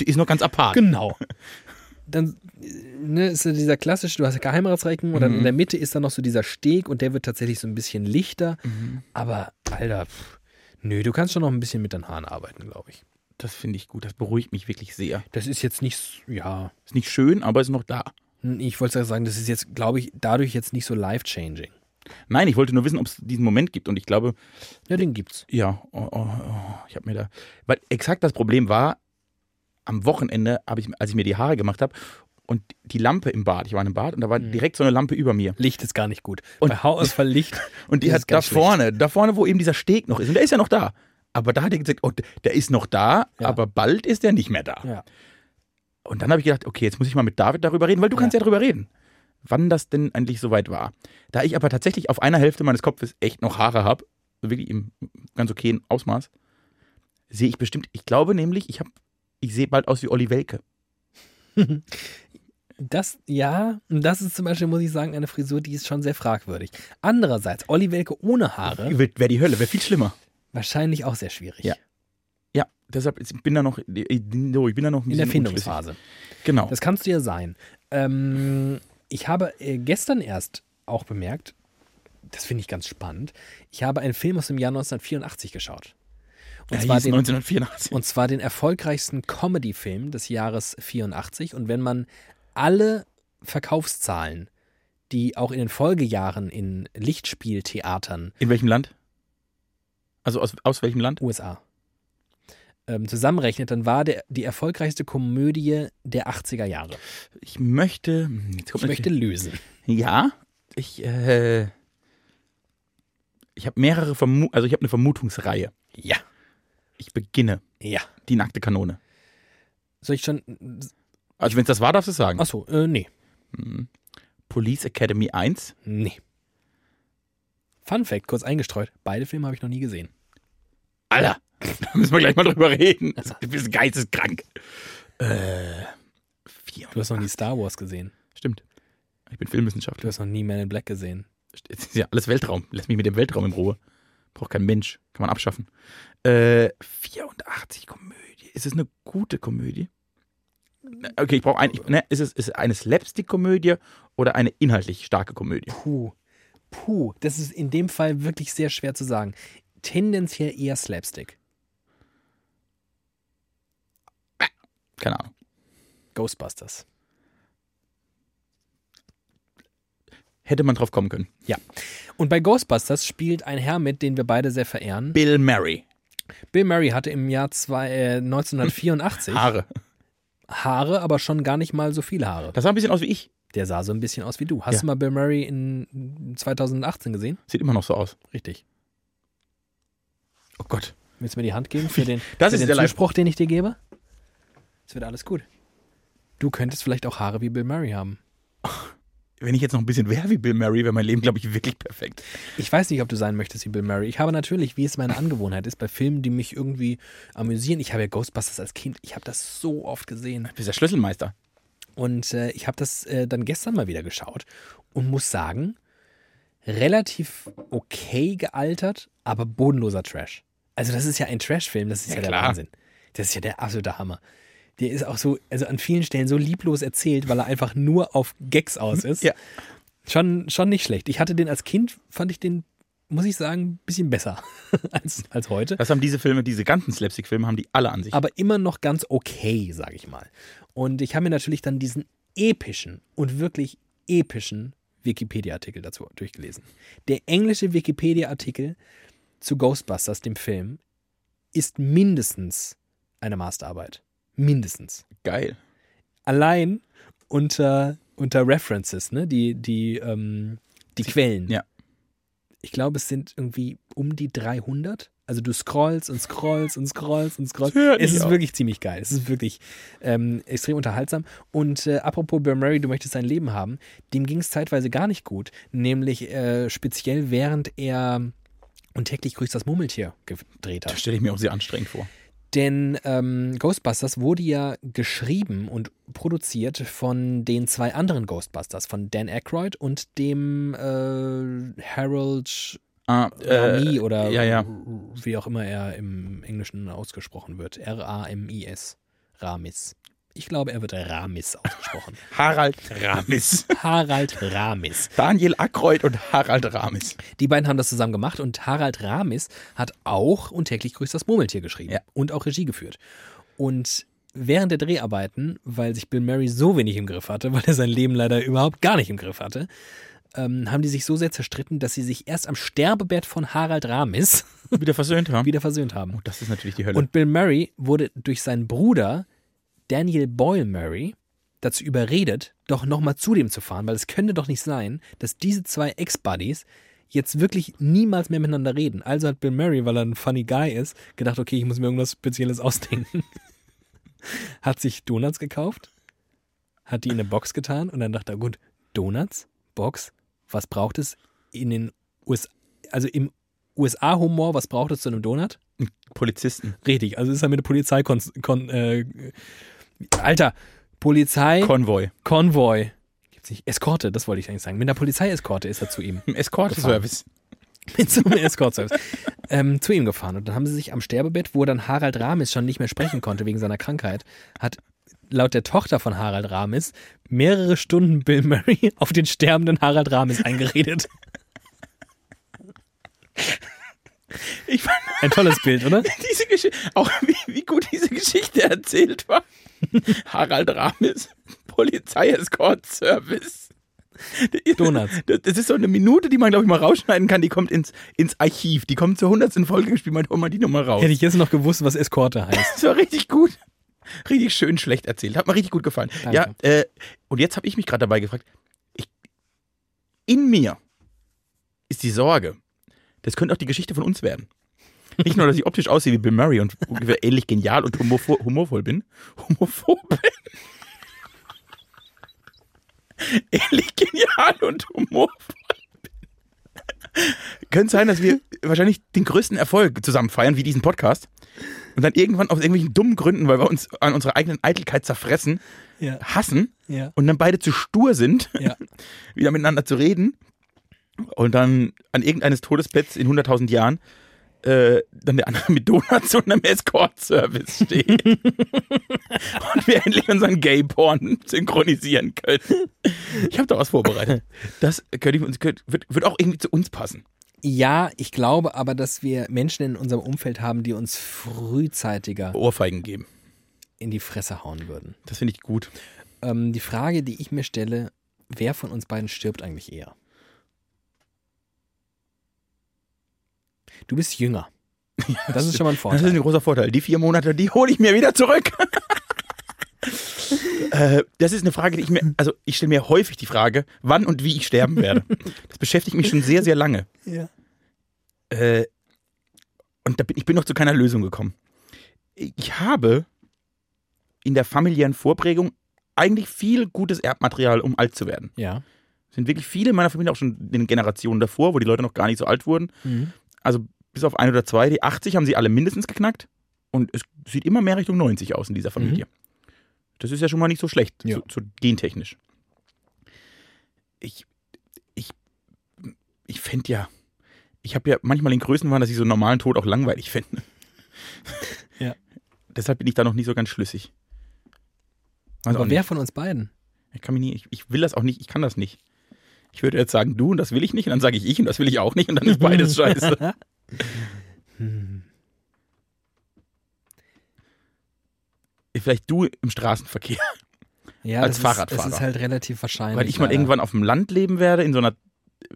S1: die ist noch ganz apart.
S2: Genau. Dann äh, ne, ist so dieser klassische, du hast ja Geheimratsrecken und dann
S1: Mhm.
S2: in der Mitte ist dann noch so dieser Steg und der wird tatsächlich so ein bisschen lichter.
S1: Mhm.
S2: Aber, Alter, pff, nö, du kannst schon noch ein bisschen mit deinen Haaren arbeiten, glaube ich.
S1: Das finde ich gut. Das beruhigt mich wirklich sehr.
S2: Das ist jetzt nicht, s- ja,
S1: Ist nicht schön, aber ist noch da.
S2: ich wollte sagen, das ist jetzt, glaube ich, dadurch jetzt nicht so life-changing.
S1: Nein, ich wollte nur wissen, ob es diesen Moment gibt. Und ich glaube,
S2: Ja, den gibt's.
S1: ja, oh, oh, oh, ich habe mir da. Weil exakt das Problem war, am Wochenende, hab ich, als ich mir die Haare gemacht habe, und die Lampe im Bad, ich war in einem Bad und da war direkt so eine Lampe über mir.
S2: Licht ist gar nicht gut.
S1: Und-
S2: Bei Haarausfall Licht.
S1: Und die
S2: Das
S1: hat
S2: ist
S1: da
S2: ganz schlecht.
S1: vorne, da vorne, wo eben dieser Steg noch ist, und der ist ja noch da. Aber da hat er gesagt, oh, der ist noch da,
S2: Ja.
S1: aber bald ist er nicht mehr da.
S2: Ja.
S1: Und dann habe ich gedacht, okay, jetzt muss ich mal mit David darüber reden, weil du kannst ja darüber reden, wann das denn endlich soweit war. Da ich aber tatsächlich auf einer Hälfte meines Kopfes echt noch Haare habe, wirklich im ganz okayen Ausmaß, sehe ich bestimmt, ich glaube nämlich, ich habe, ich sehe bald aus wie Olli Welke.
S2: Das, ja, und das ist zum Beispiel, muss ich sagen, eine Frisur, die ist schon sehr fragwürdig. Andererseits, Olli Welke ohne Haare,
S1: Wäre die Hölle, wäre viel schlimmer.
S2: wahrscheinlich auch sehr schwierig.
S1: Ja. Ja, deshalb ich bin da noch, ich bin da noch ein
S2: In
S1: bisschen
S2: der
S1: unschlüssig.
S2: Findungsphase.
S1: Genau.
S2: Das kannst du ja sein. Ähm, ich habe äh, gestern erst auch bemerkt, das finde ich ganz spannend, ich habe einen Film aus dem Jahr 1984 geschaut. Und,
S1: Er
S2: zwar,
S1: hieß
S2: den,
S1: 1984.
S2: und zwar den erfolgreichsten Comedy-Film des Jahres 84. Und wenn man alle Verkaufszahlen, die auch in den Folgejahren in Lichtspieltheatern
S1: In welchem Land? Also aus, aus welchem Land?
S2: USA ähm, zusammenrechnet, dann war der, die erfolgreichste Komödie der 80er Jahre.
S1: Ich möchte. hm, Jetzt kommt
S2: Ich möchte
S1: natürlich-
S2: lösen.
S1: Ja, ich. Äh, ich habe mehrere Vermu also ich habe eine Vermutungsreihe.
S2: Ja,
S1: Ich beginne
S2: ja.
S1: die nackte Kanone.
S2: Soll ich schon.
S1: Also wenn es das war, darfst du es sagen. Hm.
S2: Achso, äh, nee.
S1: Police Academy 1.
S2: Nee. Fun Fact, kurz eingestreut. Beide Filme habe ich noch nie gesehen.
S1: Alter, da müssen wir gleich mal drüber reden.
S2: Also-
S1: Das- Du bist geisteskrank. Äh, vier.
S2: Du hast noch nie Star Wars gesehen.
S1: Stimmt. Ich bin
S2: Du
S1: Filmwissenschaftler.
S2: hast noch nie Man in Black gesehen.
S1: Es ist ja alles Weltraum. Lass mich mit dem Weltraum in Ruhe. Braucht kein Mensch. Kann man abschaffen. Äh, 84 Komödie. Ist es eine gute Komödie? Na, Okay, ich brauche ein. Ich, ne, ist, es, ist es eine Slapstick-Komödie oder eine inhaltlich starke Komödie?
S2: Puh. Puh. Das ist in dem Fall wirklich sehr schwer zu sagen. Tendenziell eher Slapstick.
S1: Keine Ahnung.
S2: Ghostbusters.
S1: Hätte man drauf kommen können.
S2: Ja. Und bei Ghostbusters spielt ein Herr mit, den wir beide sehr verehren.
S1: Bill Murray.
S2: Bill Murray hatte im Jahr zwei, äh, 1984
S1: Haare.
S2: Haare, aber schon gar nicht mal so viele Haare.
S1: Das sah ein bisschen aus wie ich.
S2: Der sah so ein bisschen aus wie du. Hast
S1: Ja.
S2: du mal Bill Murray in 2018 gesehen?
S1: Sieht immer noch so aus.
S2: Richtig.
S1: Oh Gott.
S2: Willst du mir die Hand geben für den,
S1: Das
S2: für
S1: ist
S2: den
S1: der Leib-
S2: Zuspruch, den ich dir gebe? Es wird alles gut. Du könntest vielleicht auch Haare wie Bill Murray haben.
S1: wenn ich jetzt noch ein bisschen wäre wie Bill Murray, wäre mein Leben, glaube ich, wirklich perfekt.
S2: Ich weiß nicht, ob du sein möchtest wie Bill Murray. Ich habe natürlich, wie es meine Angewohnheit ist, bei Filmen, die mich irgendwie amüsieren. Ich habe ja Ghostbusters als Kind. Ich habe das so oft gesehen.
S1: Du bist der Schlüsselmeister.
S2: Und äh, ich habe das äh, dann gestern mal wieder geschaut und muss sagen, relativ okay gealtert, aber bodenloser Trash. Also das ist ja ein Trash-Film, das ist ja,
S1: Ja,
S2: der
S1: klar.
S2: Wahnsinn. Das ist ja der absolute Hammer. Der ist auch so, also an vielen Stellen so lieblos erzählt, weil er einfach nur auf Gags aus ist.
S1: Ja.
S2: Schon, schon nicht schlecht. Ich hatte den als Kind, fand ich den, muss ich sagen, ein bisschen besser als, als heute.
S1: Das haben diese Filme, diese ganzen Slapstick-Filme, haben die alle an sich.
S2: Aber immer noch ganz okay, sage ich mal. Und ich habe mir natürlich dann diesen epischen und wirklich epischen Wikipedia-Artikel dazu durchgelesen. Der englische Wikipedia-Artikel zu Ghostbusters, dem Film, ist mindestens eine Masterarbeit. Mindestens.
S1: Geil.
S2: Allein unter, unter References, ne? Die, die, ähm, die Quellen.
S1: ja.
S2: Ich glaube, es sind irgendwie um die 300. Also du scrollst und scrollst und scrollst und scrollst.
S1: Das hört
S2: Es
S1: nicht
S2: ist
S1: auf.
S2: wirklich ziemlich geil. Es ist wirklich ähm, extrem unterhaltsam. Und äh, apropos Bill Murray, du möchtest sein Leben haben, dem ging es zeitweise gar nicht gut. Nämlich äh, speziell während er und täglich grüßt das Murmeltier gedreht hat.
S1: Das stelle ich mir auch sehr anstrengend vor.
S2: Denn ähm, Ghostbusters wurde ja geschrieben und produziert von den zwei anderen Ghostbusters, von Dan Aykroyd und dem äh, Harold
S1: Ah,
S2: Rami oder
S1: ja, ja.
S2: wie auch immer er im Englischen ausgesprochen wird. R-A-M-I-S. Ramis. Ich glaube, er wird Ramis ausgesprochen.
S1: Harald Ramis.
S2: Harald Ramis.
S1: Daniel Ackroyd und Harald Ramis.
S2: Die beiden haben das zusammen gemacht und Harald Ramis hat auch und täglich grüßt das Murmeltier geschrieben
S1: Ja.
S2: und auch Regie geführt. Und während der Dreharbeiten, weil sich Bill Murray so wenig im Griff hatte, weil er sein Leben leider überhaupt gar nicht im Griff hatte, ähm, haben die sich so sehr zerstritten, dass sie sich erst am Sterbebett von Harald Ramis
S1: Wieder versöhnt haben.
S2: wieder versöhnt haben.
S1: Oh, das ist natürlich die Hölle.
S2: Und Bill Murray wurde durch seinen Bruder Daniel Boyle Murray dazu überredet, doch nochmal zu dem zu fahren, weil es könnte doch nicht sein, dass diese zwei Ex-Buddies jetzt wirklich niemals mehr miteinander reden. Also hat Bill Murray, weil er ein funny Guy ist, gedacht, okay, ich muss mir irgendwas Spezielles ausdenken. hat sich Donuts gekauft, hat die in eine Box getan und dann dachte er, gut, Donuts, Box, was braucht es in den USA, also im USA-Humor, was braucht es zu einem Donut?
S1: Polizisten.
S2: Richtig, also ist er mit der Polizei kon, kon, äh, Alter, Polizei
S1: Konvoi.
S2: Konvoi. Gibt's nicht Eskorte, das wollte ich eigentlich sagen. Mit der Polizei Eskorte ist er zu ihm.
S1: Im Escort-Service.
S2: Mit so einem Escort-Service. ähm, zu ihm gefahren und dann haben sie sich am Sterbebett, wo dann Harald Ramis schon nicht mehr sprechen konnte wegen seiner Krankheit, hat laut der Tochter von Harald Ramis mehrere Stunden Bill Murray auf den sterbenden Harald Ramis eingeredet.
S1: Ich fand
S2: Ein tolles Bild, oder?
S1: diese Geschichte, auch wie, wie gut diese Geschichte erzählt war. Harald Ramis, Polizei-Escort-Service.
S2: Donuts.
S1: Das, das ist so eine Minute, die man, glaube ich, mal rausschneiden kann. Die kommt ins, ins Archiv. Die kommt zur hundertsten Folge gespielt. Man holt mal die nochmal raus.
S2: Hätte ich jetzt noch gewusst, was Eskorte heißt.
S1: Das war richtig gut. Richtig schön schlecht erzählt. Hat mir richtig gut gefallen.
S2: Danke.
S1: Ja, äh, und jetzt habe ich mich gerade dabei gefragt, ich, in mir ist die Sorge, das könnte auch die Geschichte von uns werden. Nicht nur, dass ich optisch aussehe wie Bill Murray und ungefähr ähnlich genial und humorvoll, humorvoll bin. Homophob bin. ähnlich genial und humorvoll bin. Könnte sein, dass wir wahrscheinlich den größten Erfolg zusammen feiern, wie diesen Podcast. Und dann irgendwann aus irgendwelchen dummen Gründen, weil wir uns an unserer eigenen Eitelkeit zerfressen,
S2: Ja,
S1: hassen
S2: ja,
S1: und dann beide zu stur sind,
S2: ja.
S1: wieder miteinander zu reden und dann an irgendeines Todesbetts in 100.000 Jahren äh, dann der andere mit Donuts und einem Escort-Service steht. und wir endlich unseren Gay-Porn synchronisieren können. Ich habe da was vorbereitet. Das könnte ich, uns- könnte- wird, wird auch irgendwie zu uns passen.
S2: Ja, ich glaube aber, dass wir Menschen in unserem Umfeld haben, die uns frühzeitiger
S1: Ohrfeigen geben.
S2: in die Fresse hauen würden.
S1: Das finde ich gut.
S2: Ähm, die Frage, die ich mir stelle, wer von uns beiden stirbt eigentlich eher? Du bist jünger. Das ist schon mal ein
S1: Das ist
S2: Vorteil.
S1: ein großer Vorteil. Die vier Monate, die hole ich mir wieder zurück. Äh, Das ist eine Frage, die ich mir, also ich stelle mir häufig die Frage, wann und wie ich sterben werde. Das beschäftigt mich schon sehr, sehr lange.
S2: Ja.
S1: Äh, Und da bin, ich bin noch zu keiner Lösung gekommen. Ich habe in der familiären Vorprägung eigentlich viel gutes Erbmaterial, um alt zu werden.
S2: Ja.
S1: Sind wirklich viele in meiner Familie auch schon in den Generationen davor, wo die Leute noch gar nicht so alt wurden.
S2: Mhm.
S1: Also bis auf ein oder zwei, die 80 haben sie alle mindestens geknackt. Und es sieht immer mehr Richtung 90 aus in dieser Familie. Das ist ja schon mal nicht so schlecht,
S2: Mhm. Ja.
S1: so, so gentechnisch. Ich, ich, ich fände ja, ich habe ja manchmal den Größenwahn, dass ich so einen normalen Tod auch langweilig fände.
S2: Ja.
S1: Deshalb bin ich da noch nicht so ganz schlüssig. Weiß auch
S2: Aber
S1: nicht.
S2: wer von uns beiden?
S1: Ich kann mich nie, ich, ich will das auch nicht, ich kann das nicht. Ich würde jetzt sagen, du und das will ich nicht, und dann sage ich ich und das will ich auch nicht, und dann ist beides scheiße.
S2: Hm.
S1: Vielleicht du im Straßenverkehr,
S2: Ja,
S1: Als
S2: das Ist,
S1: Fahrradfahrer.
S2: das ist halt relativ wahrscheinlich.
S1: weil ich mal
S2: leider.
S1: irgendwann auf dem Land leben werde, in so einer,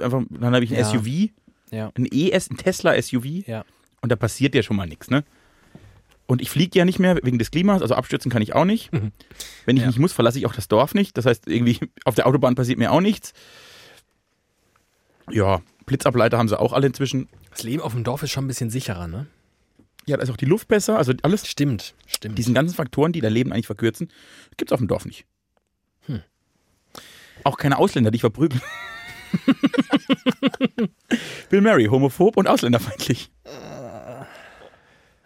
S1: einfach, dann habe ich ein
S2: Ja.
S1: SUV,
S2: Ja.
S1: ein ES, ein Tesla SUV,
S2: Ja.
S1: und da passiert ja schon mal nichts, ne? Und ich fliege ja nicht mehr wegen des Klimas, also abstürzen kann ich auch nicht.
S2: Mhm.
S1: Wenn ich
S2: Ja.
S1: nicht muss, verlasse ich auch das Dorf nicht. Das heißt, irgendwie auf der Autobahn passiert mir auch nichts. Ja, Blitzableiter haben sie auch alle inzwischen.
S2: Das Leben auf dem Dorf ist schon ein bisschen sicherer, ne?
S1: Ja, da ist auch die Luft besser, also alles
S2: Stimmt, stimmt.
S1: diesen ganzen Faktoren, die dein Leben eigentlich verkürzen, gibt es auf dem Dorf nicht.
S2: Hm.
S1: Auch keine Ausländer, die ich verprügeln. Bill Murray, homophob und ausländerfeindlich.
S2: Äh,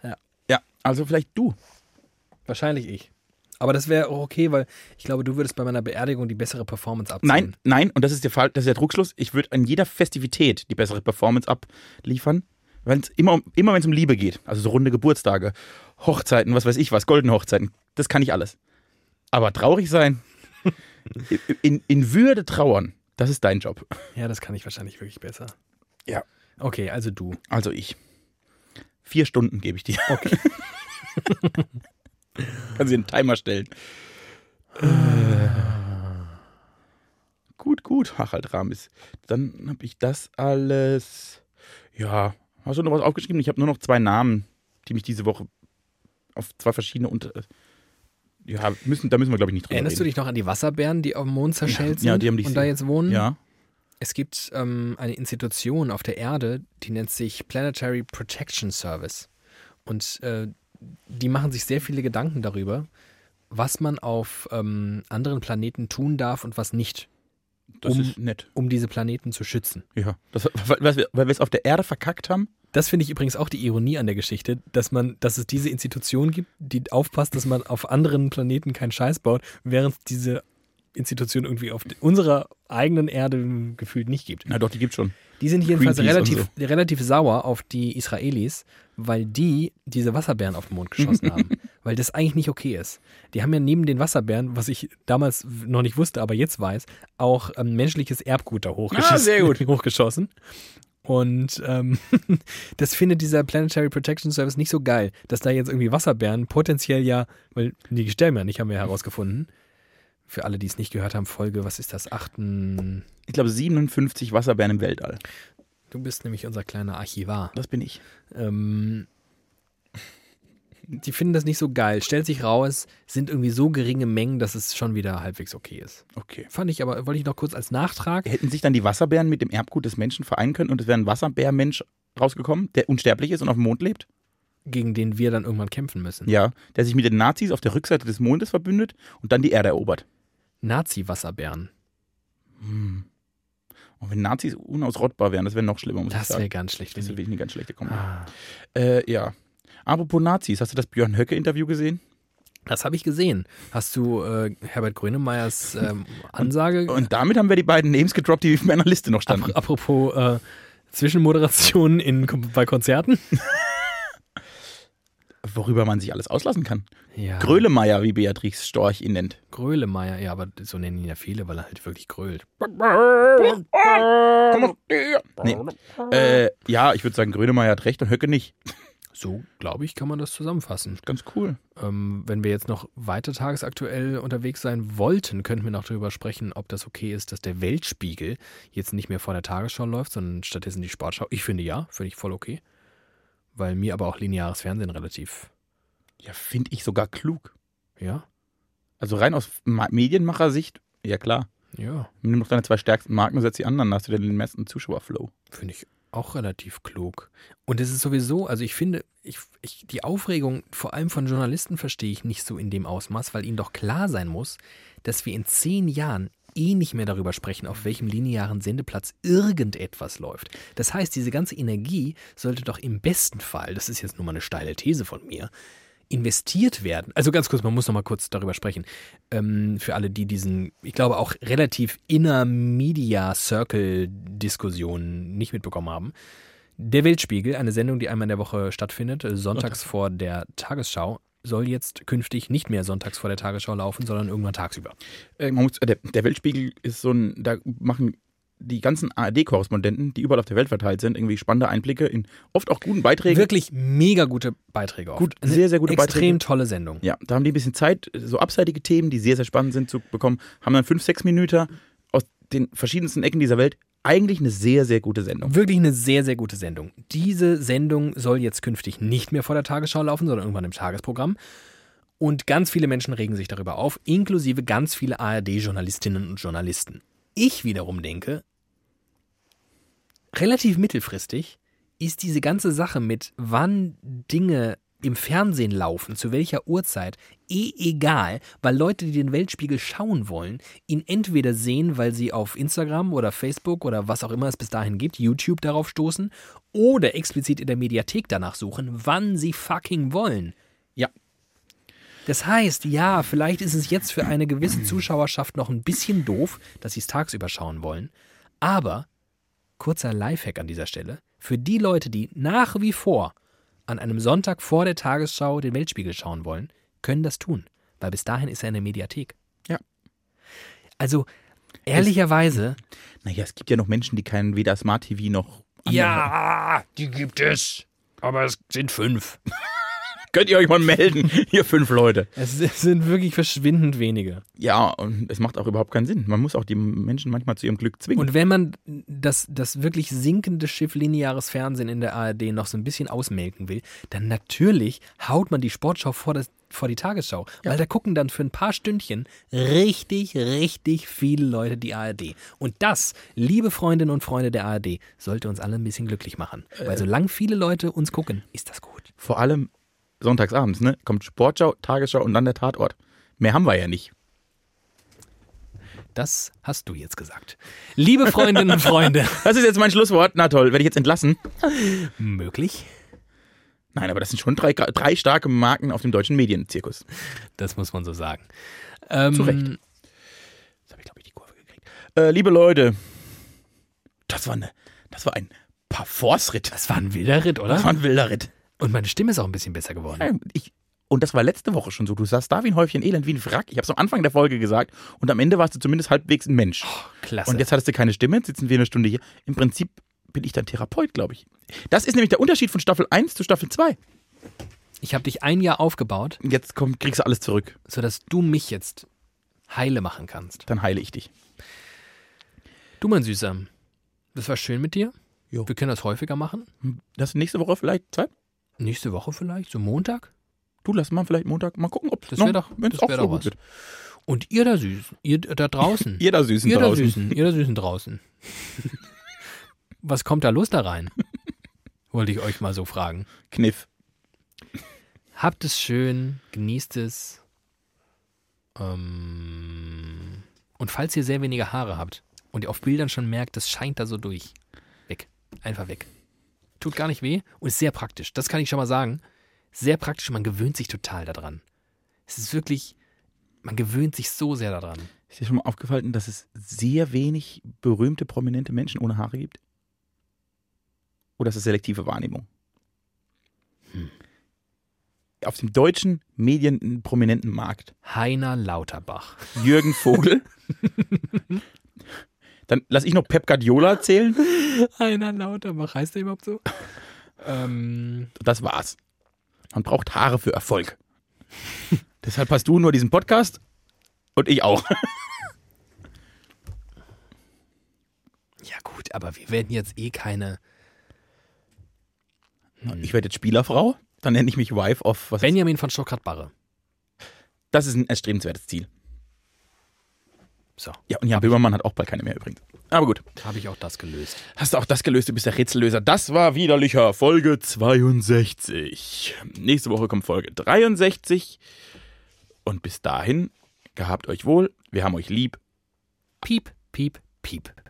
S2: Ja.
S1: Ja, also vielleicht du.
S2: Wahrscheinlich ich. Aber das wäre auch okay, weil ich glaube, du würdest bei meiner Beerdigung die bessere Performance abziehen.
S1: Nein, nein, und das ist der Fall, das ist der Druckschluss. Ich würde an jeder Festivität die bessere Performance abliefern, weil es immer, um- immer wenn es um Liebe geht, also so runde Geburtstage, Hochzeiten, was weiß ich was, goldene Hochzeiten, das kann ich alles. Aber traurig sein, in, in Würde trauern, das ist dein Job.
S2: Ja, das kann ich wahrscheinlich wirklich besser.
S1: Ja.
S2: Okay, also du.
S1: Also ich. Vier Stunden gebe ich dir. Okay. Kannst dir einen Timer stellen. Äh. gut, gut. Ach, halt Ramis. Dann habe ich das alles. Ja. Hast du noch was aufgeschrieben? Ich habe nur noch zwei Namen, die mich diese Woche auf zwei verschiedene unter. Ja, müssen, da müssen wir, glaube ich, nicht drüber
S2: Erinnerst du
S1: reden.
S2: dich noch an die Wasserbären, die auf dem Mond zerschellt sind
S1: Ja, die haben dich
S2: und da
S1: sehr-
S2: jetzt wohnen?
S1: Ja.
S2: Es gibt ähm, eine Institution auf der Erde, die nennt sich Planetary Protection Service. Und äh, die machen sich sehr viele Gedanken darüber, was man auf ähm, anderen Planeten tun darf und was nicht,
S1: Das
S2: Um-
S1: ist nett.
S2: um diese Planeten zu schützen.
S1: Ja. Das, weil weil wir weil wir es auf der Erde verkackt haben.
S2: Das finde ich übrigens auch die Ironie an der Geschichte, dass man, dass es diese Institution gibt, die aufpasst, dass man auf anderen Planeten keinen Scheiß baut, während es diese Institution irgendwie auf unserer eigenen Erde gefühlt nicht gibt.
S1: Na doch, die gibt schon.
S2: Die sind jedenfalls
S1: Greenpeace und
S2: relativ, relativ sauer auf die Israelis, weil die diese Wasserbären auf den Mond geschossen haben. weil das eigentlich nicht okay ist. Die haben ja neben den Wasserbären, was ich damals w- noch nicht wusste, aber jetzt weiß, auch ähm, menschliches Erbgut da hochgeschossen.
S1: Ah, sehr gut.
S2: hochgeschossen. Und ähm, das findet dieser Planetary Protection Service nicht so geil, dass da jetzt irgendwie Wasserbären potenziell ja, weil die sterben ja nicht, haben wir ja herausgefunden. Für alle, die es nicht gehört haben, Folge, was ist das? Achten.
S1: Ich glaube, 57 Wasserbären im Weltall.
S2: Du bist nämlich unser kleiner Archivar.
S1: Das bin ich.
S2: Ähm, die finden das nicht so geil. Stellt sich raus, sind irgendwie so geringe Mengen, dass es schon wieder halbwegs okay ist.
S1: Okay.
S2: Fand ich aber, wollte ich noch kurz als Nachtrag.
S1: Hätten sich dann die Wasserbären mit dem Erbgut des Menschen vereinen können und es wäre ein Wasserbärmensch rausgekommen, der unsterblich ist und auf dem Mond lebt?
S2: Gegen den wir dann irgendwann kämpfen müssen.
S1: Ja. Der sich mit den Nazis auf der Rückseite des Mondes verbündet und dann die Erde erobert.
S2: Nazi-Wasserbären. Hm.
S1: Und wenn Nazis unausrottbar wären, das wäre noch schlimmer, muss
S2: Das
S1: ich
S2: wäre
S1: sagen.
S2: ganz schlecht. wenn
S1: Das ist
S2: die-
S1: wirklich eine ganz schlechte Kombi.
S2: Ah,
S1: Äh, ja. Apropos Nazis, hast du das Björn Höcke-Interview gesehen?
S2: das habe ich gesehen. Hast du äh, Herbert Grönemeyers ähm, Ansage?
S1: Und damit haben wir die beiden Names gedroppt, die auf meiner Liste noch standen.
S2: Ap apropos äh, Zwischenmoderationen in, bei Konzerten?
S1: Worüber man sich alles auslassen kann.
S2: Ja.
S1: Grölemeier, wie Beatrix Storch ihn nennt.
S2: Grölemeier, ja, aber so nennen ihn ja viele, weil er halt wirklich grölt.
S1: Nee. Äh, ja, ich würde sagen, Grönemeyer hat recht und Höcke nicht.
S2: So, glaube ich, kann man das zusammenfassen.
S1: Ganz cool.
S2: Ähm, wenn wir jetzt noch weiter tagesaktuell unterwegs sein wollten, könnten wir noch darüber sprechen, ob das okay ist, dass der Weltspiegel jetzt nicht mehr vor der Tagesschau läuft, sondern stattdessen die Sportschau. Ich finde ja, finde ich voll okay. Weil mir aber auch lineares Fernsehen relativ,
S1: Ja, finde ich sogar klug.
S2: ja,
S1: Also rein aus Ma- Medienmacher-Sicht, ja klar.
S2: ja,
S1: Nimm doch deine zwei stärksten Marken und setz die anderen, dann hast du den meisten Zuschauerflow.
S2: finde ich auch relativ klug. Und es ist sowieso, also ich finde, ich, ich, die Aufregung vor allem von Journalisten verstehe ich nicht so in dem Ausmaß, weil ihnen doch klar sein muss, dass wir in zehn Jahren eh nicht mehr darüber sprechen, auf welchem linearen Sendeplatz irgendetwas läuft. Das heißt, diese ganze Energie sollte doch im besten Fall, das ist jetzt nur mal eine steile These von mir, investiert werden. Also ganz kurz, man muss noch mal kurz darüber sprechen. Ähm, für alle, die diesen, ich glaube, auch relativ inner Media Circle Diskussionen nicht mitbekommen haben. Der Weltspiegel, eine Sendung, die einmal in der Woche stattfindet, äh, sonntags vor der Tagesschau, soll jetzt künftig nicht mehr sonntags vor der Tagesschau laufen, sondern irgendwann tagsüber.
S1: Äh, man muss, äh, der, der Weltspiegel ist so ein, da machen die ganzen ARD-Korrespondenten, die überall auf der Welt verteilt sind, irgendwie spannende Einblicke in oft auch guten Beiträgen.
S2: Wirklich mega gute Beiträge. oft.
S1: Gut,
S2: Eine
S1: sehr, sehr gute
S2: Extrem
S1: Beiträge.
S2: tolle Sendung.
S1: Ja, da haben die ein bisschen Zeit, so abseitige Themen, die sehr, sehr spannend sind, zu bekommen. Haben dann fünf, sechs Minuten aus den verschiedensten Ecken dieser Welt. Eigentlich eine sehr, sehr gute Sendung.
S2: Wirklich eine sehr, sehr gute Sendung. Diese Sendung soll jetzt künftig nicht mehr vor der Tagesschau laufen, sondern irgendwann im Tagesprogramm. Und ganz viele Menschen regen sich darüber auf, inklusive ganz viele ARD-Journalistinnen und Journalisten. Ich wiederum denke, relativ mittelfristig ist diese ganze Sache mit, wann Dinge im Fernsehen laufen, zu welcher Uhrzeit, eh egal, weil Leute, die den Weltspiegel schauen wollen, ihn entweder sehen, weil sie auf Instagram oder Facebook oder was auch immer es bis dahin gibt, YouTube darauf stoßen, oder explizit in der Mediathek danach suchen, wann sie fucking wollen.
S1: Ja.
S2: Das heißt, ja, vielleicht ist es jetzt für eine gewisse Zuschauerschaft noch ein bisschen doof, dass sie es tagsüber schauen wollen, aber kurzer Lifehack an dieser Stelle. Für die Leute, die nach wie vor an einem Sonntag vor der Tagesschau den Weltspiegel schauen wollen, können das tun, weil bis dahin ist er in der Mediathek.
S1: Ja.
S2: Also, ehrlicherweise,
S1: Naja, es gibt ja noch Menschen, die keinen weder Smart TV noch. andere-
S2: ja, die gibt es. Aber es sind fünf.
S1: Könnt ihr euch mal melden? Hier fünf Leute.
S2: Es sind wirklich verschwindend wenige.
S1: Ja, und es macht auch überhaupt keinen Sinn. Man muss auch die Menschen manchmal zu ihrem Glück zwingen.
S2: Und wenn man das, das wirklich sinkende Schiff lineares Fernsehen in der ARD noch so ein bisschen ausmelken will, dann natürlich haut man die Sportschau vor, das, vor die Tagesschau. Weil da gucken dann für ein paar Stündchen richtig, richtig viele Leute die ARD. Und das, liebe Freundinnen und Freunde der ARD, sollte uns alle ein bisschen glücklich machen. Weil
S1: Äh.
S2: solange viele Leute uns gucken, ist das gut.
S1: Vor allem sonntagsabends, ne? Kommt Sportschau, Tagesschau und dann der Tatort. Mehr haben wir ja nicht.
S2: Das hast du jetzt gesagt. Liebe Freundinnen und Freunde,
S1: Das ist jetzt mein Schlusswort. Na toll, werde ich jetzt entlassen?
S2: möglich?
S1: Nein, aber das sind schon drei, drei starke Marken auf dem deutschen Medienzirkus.
S2: Das muss man so sagen. Ähm,
S1: Zu Recht. Jetzt habe ich, glaube ich, die Kurve gekriegt. Äh, liebe Leute, das war, eine, das war ein Parforce-Ritt.
S2: Das war ein wilder Ritt, oder?
S1: Das war ein wilder Ritt.
S2: Und meine Stimme ist auch ein bisschen besser geworden.
S1: Ja, Ich, und das war letzte Woche schon so. Du saßt da wie ein Häufchen Elend, wie ein Wrack. Ich habe es am Anfang der Folge gesagt. Und am Ende warst du zumindest halbwegs ein Mensch.
S2: Oh, Klasse.
S1: und jetzt hattest du keine Stimme. Jetzt sitzen wir eine Stunde hier. Im Prinzip bin ich dein Therapeut, glaube ich. Das ist nämlich der Unterschied von Staffel 1 zu Staffel 2.
S2: ich habe dich ein Jahr aufgebaut,
S1: Und Jetzt komm, kriegst du alles zurück.
S2: sodass du mich jetzt heile machen kannst.
S1: Dann heile ich dich.
S2: Du, mein Süßer, das war schön mit dir.
S1: Jo.
S2: Wir können das häufiger machen.
S1: Hm, Hast du nächste Woche vielleicht Zeit?
S2: Nächste Woche vielleicht, so Montag.
S1: Du lass mal vielleicht Montag mal gucken, ob
S2: Das
S1: noch-
S2: wäre doch,
S1: wenn's
S2: das wär
S1: auch
S2: doch
S1: so gut
S2: was.
S1: wird.
S2: Und ihr da Süßen, ihr da draußen.
S1: Ihr da Süßen
S2: ihr da
S1: draußen.
S2: Süßen, ihr da Süßen draußen. Was kommt da los da rein? Wollte ich euch mal so fragen.
S1: Kniff.
S2: Habt es schön, genießt es. Ähm, und falls ihr sehr wenige Haare habt und ihr auf Bildern schon merkt, das scheint da so durch. Weg. Einfach weg. Tut gar nicht weh und ist sehr praktisch. Das kann ich schon mal sagen. Sehr praktisch und man gewöhnt sich total daran. Es ist wirklich, man gewöhnt sich so sehr daran.
S1: Ist dir schon mal aufgefallen, dass es sehr wenig berühmte, prominente Menschen ohne Haare gibt? Oder ist das selektive Wahrnehmung?
S2: Hm.
S1: Auf dem deutschen medienprominenten Markt
S2: Heiner Lauterbach.
S1: Jürgen Vogel. Dann lass ich noch Pep Guardiola erzählen.
S2: Heiner Lauterbach, heißt der überhaupt so? ähm,
S1: Das war's. Man braucht Haare für Erfolg. Deshalb hast du nur diesen Podcast und ich auch.
S2: ja gut, aber wir werden jetzt eh keine
S1: Ich werde jetzt Spielerfrau, dann nenne ich mich Wife of. Was
S2: Benjamin von Stuttgart-Barre.
S1: Das ist ein erstrebenswertes Ziel.
S2: So.
S1: Ja, und Jan Böhmermann hat auch bald keine mehr übrigens. Aber gut,
S2: habe ich auch das gelöst.
S1: hast du auch das gelöst, du bist der Rätsellöser. Das war widerlicher Folge 62. Nächste Woche kommt Folge 63. Und bis dahin, gehabt euch wohl, wir haben euch lieb.
S2: Piep, piep, piep.